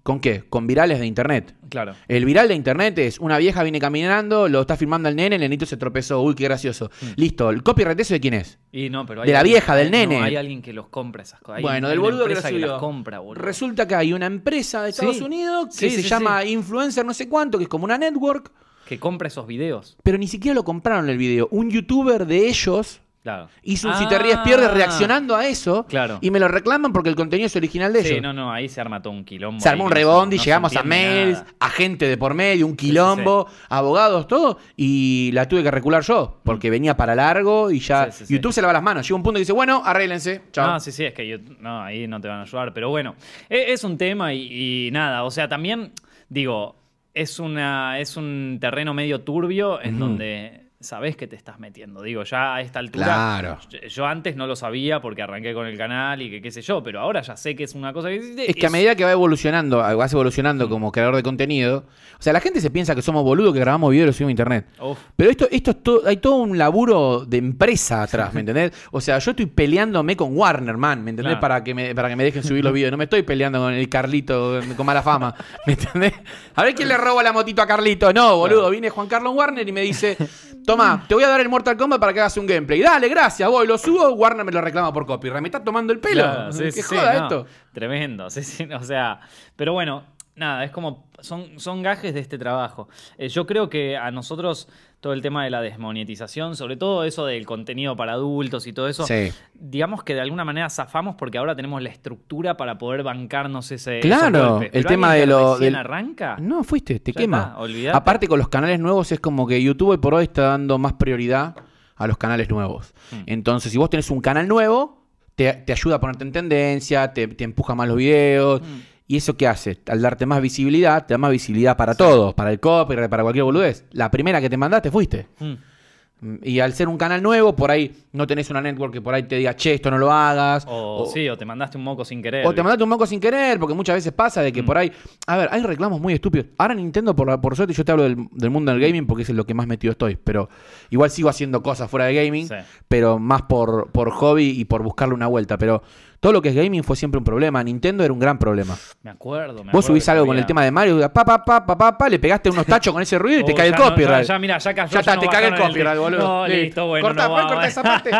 B: ¿Con qué? Con virales de internet.
A: Mm, Claro.
B: El viral de internet es una vieja viene caminando, lo está filmando al nene, el nenito se tropezó, uy, qué gracioso.
A: Mm.
B: Listo, ¿el copyright ese de quién es?
A: Y no, pero hay
B: De la
A: alguien-
B: vieja, del
A: no,
B: nene.
A: hay alguien que los compra esas cosas. Hay
B: bueno,
A: un-
B: del
A: hay una
B: boludo que lo
A: empresa
B: subió.
A: las compra, boludo.
B: Resulta que hay una empresa de
A: Sí.
B: Estados Unidos que
A: Sí,
B: se
A: sí,
B: llama Influencer no sé cuánto, que es como una network,
A: que compra esos videos.
B: pero ni siquiera lo compraron el video. Un youtuber de ellos
A: Claro.
B: hizo un
A: Ah.
B: si te ríes pierdes reaccionando a eso
A: Claro.
B: y me lo reclaman porque el contenido es original de
A: Sí,
B: ellos.
A: no, no, ahí se arma todo un quilombo.
B: Se armó
A: ahí
B: un
A: que no
B: rebondi,
A: se- no
B: llegamos
A: se
B: a
A: entiende
B: mails,
A: nada.
B: a gente de por medio, un quilombo, abogados, todo, y la tuve que recular yo, porque venía para largo y ya.
A: Mm. Sí, sí, sí.
B: YouTube se lava las manos. Llega un punto que dice, bueno, arréglense. Chao.
A: No, sí, sí, es que yo, no, ahí no te van a ayudar. Pero bueno, e- es, un tema y, y nada. O sea, también, digo, es, una, es un terreno medio turbio en donde sabes que te estás metiendo. Digo, ya a esta altura.
B: Claro.
A: yo- Yo antes no lo sabía porque arranqué con el canal y que qué sé yo, pero ahora ya sé que es Mm. una cosa que existe.
B: Es que a medida que va evolucionando, vas evolucionando como creador de contenido, o sea, la gente se piensa que somos boludos que grabamos videos y los subimos a internet.
A: Uf.
B: Pero esto, esto es todo, hay todo un laburo de empresa
A: (laughs)
B: atrás, ¿me entendés? O sea, yo estoy peleándome con Warner, man, ¿me entendés?
A: Claro.
B: Para, que me, para que me dejen subir los videos. No me estoy peleando con el Carlito con mala fama, (laughs) ¿me entendés? A ver quién le roba la motito a Carlito. No, boludo, viene Juan Carlos Warner y me dice, toma, te voy a dar el Mortal Kombat para que hagas un gameplay. Dale, gracias, voy, lo subo, Warner me lo reclama por copyright. Me está tomando el pelo.
A: Claro, sí,
B: ¿Qué
A: sí, sí,
B: joda
A: no,
B: esto?
A: Tremendo, sí, sí, o sea, pero bueno, nada, es como, son, son gajes de este trabajo. Eh, yo creo que a nosotros todo el tema de la desmonetización, sobre todo eso del contenido para adultos y todo eso,
B: Sí.
A: digamos que de alguna manera zafamos porque ahora tenemos la estructura para poder bancarnos ese esos
B: Claro,
A: golpes.
B: el
A: Pero
B: tema de
A: alguien que
B: lo.
A: recién
B: del-
A: arranca?
B: No, fuiste, te
A: Ah. Ya
B: quema.
A: está, olvidate.
B: Aparte, con los canales nuevos es como que YouTube hoy por hoy está dando más prioridad a los canales nuevos.
A: Mm.
B: Entonces, si vos tenés un canal nuevo, te, te ayuda a ponerte en tendencia, te, te empuja más los videos.
A: Mm.
B: ¿Y eso qué hace? Al darte más visibilidad, te da más visibilidad para todos, para el copyright, para cualquier boludez. La primera que te mandaste fuiste.
A: Mm.
B: Y al ser un canal nuevo, por ahí no tenés una network que por ahí te diga, che, esto no lo hagas.
A: O, sí, o te mandaste un moco sin querer.
B: O te mandaste un moco sin querer, porque muchas veces pasa
A: Mm.
B: de que por ahí. A ver, hay reclamos muy estúpidos. Ahora Nintendo, por, la- por suerte, yo te hablo del, del mundo del gaming porque es en lo que más metido estoy. Pero igual sigo haciendo cosas fuera de gaming,
A: Sí.
B: pero más por, por hobby y por buscarle una vuelta. Pero Todo lo que es gaming fue siempre un problema. Nintendo era un gran problema.
A: Me acuerdo, me
B: Vos
A: acuerdo
B: subís
A: que
B: algo con
A: había-
B: el tema de Mario, pa, pa, pa, pa, pa, pa, le pegaste unos tachos con ese ruido y te
A: Oh,
B: cae el
A: ya no,
B: copyright.
A: ya, ya, mira, ya cayó,
B: Ya está,
A: no
B: te caga el
A: bajaron
B: copyright,
A: link.
B: boludo.
A: No,
B: Listo.
A: listo, bueno.
B: Cortá,
A: no
B: Fran,
A: va,
B: cortá
A: va. (laughs)
B: esa parte.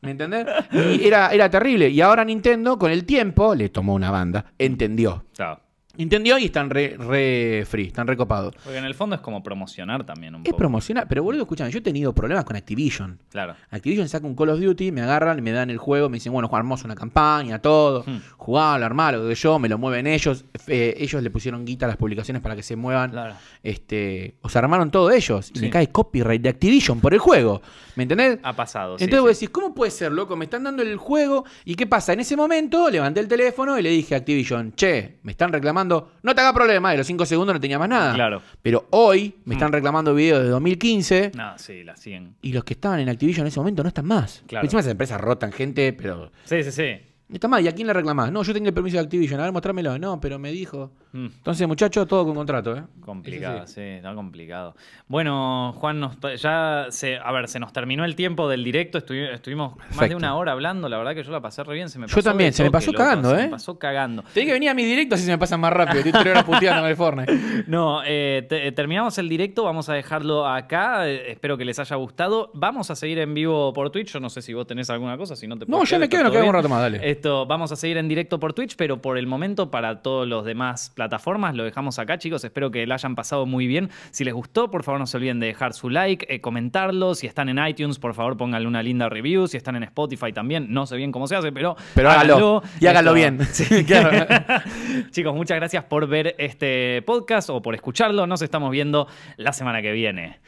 B: ¿Me entendés? Y era, era terrible. Y ahora Nintendo, con el tiempo, le tomó una banda. Entendió.
A: Claro,
B: Entendió y están re, re free, están recopados.
A: Porque en el fondo es como promocionar también un
B: Es
A: poco.
B: promocional, pero boludo, escúchame, yo he tenido problemas con Activision.
A: Claro.
B: Activision saca un Call of Duty, me agarran, me dan el juego, me dicen, bueno, Juan, armamos una campaña, todo,
A: Hmm.
B: jugalo, armalo, qué sé yo, me lo mueven ellos, eh, ellos le pusieron guita a las publicaciones para que se muevan,
A: Claro.
B: este, o se armaron todo ellos, y
A: Sí.
B: le cae copyright de Activision por el juego, ¿me entendés?
A: Ha pasado. sí,
B: Entonces vos
A: sí.
B: decís, ¿cómo puede ser, loco? Me están dando el juego. ¿Y qué pasa? En ese momento levanté el teléfono y le dije a Activision, che, me están reclamando, no te haga problema, de los 5 segundos no tenía más nada.
A: Claro. Mm.
B: Pero hoy me están reclamando videos de 2015
A: No, sí, la siguen.
B: y los que estaban en Activision en ese momento no están más.
A: Claro.
B: Encima esas empresas rotan gente, pero...
A: Sí, sí, sí.
B: No está más, ¿y a quién le reclamás? No, yo tenía el permiso de Activision, a ver, mostrámelo. No, pero me dijo...
A: Mm.
B: Entonces, muchachos, todo con contrato, ¿eh?
A: Complicado,
B: Eso
A: sí. está complicado. Bueno, Juan, nos ta- ya se, a ver, se nos terminó el tiempo del directo, estuvi- estuvimos más de
B: Perfecto.
A: una hora hablando, la verdad que yo la pasé re bien, se me
B: Yo
A: pasó
B: también,
A: de
B: se me pasó cagando,
A: Se
B: ¿eh?
A: me pasó cagando.
B: sí. Tenés que venir a mis directos si se me pasan más rápido. Estoy tres horas puteando con el Fortnite.
A: (laughs) No, eh, te- eh, terminamos el directo, vamos a dejarlo acá, eh, espero que les haya gustado. Vamos a seguir en vivo por Twitch, yo no sé si vos tenés alguna cosa, si no te
B: No,
A: puedes
B: yo me
A: está
B: quedo, nos
A: todo
B: quedamos un
A: bien.
B: rato más, dale.
A: Esto, vamos a seguir en directo por Twitch, pero por el momento para todos los demás plataformas lo dejamos acá, chicos. Espero que la hayan pasado muy bien. Si les gustó, por favor no se olviden de dejar su like, eh, comentarlo. Si están en iTunes, por favor pónganle una linda review. Si están en Spotify también, no sé bien cómo se hace, pero,
B: Pero hágalo, y hágalo bien.
A: (laughs) Sí.
B: Claro.
A: chicos, muchas gracias por ver este podcast o por escucharlo. Nos estamos viendo la semana que viene.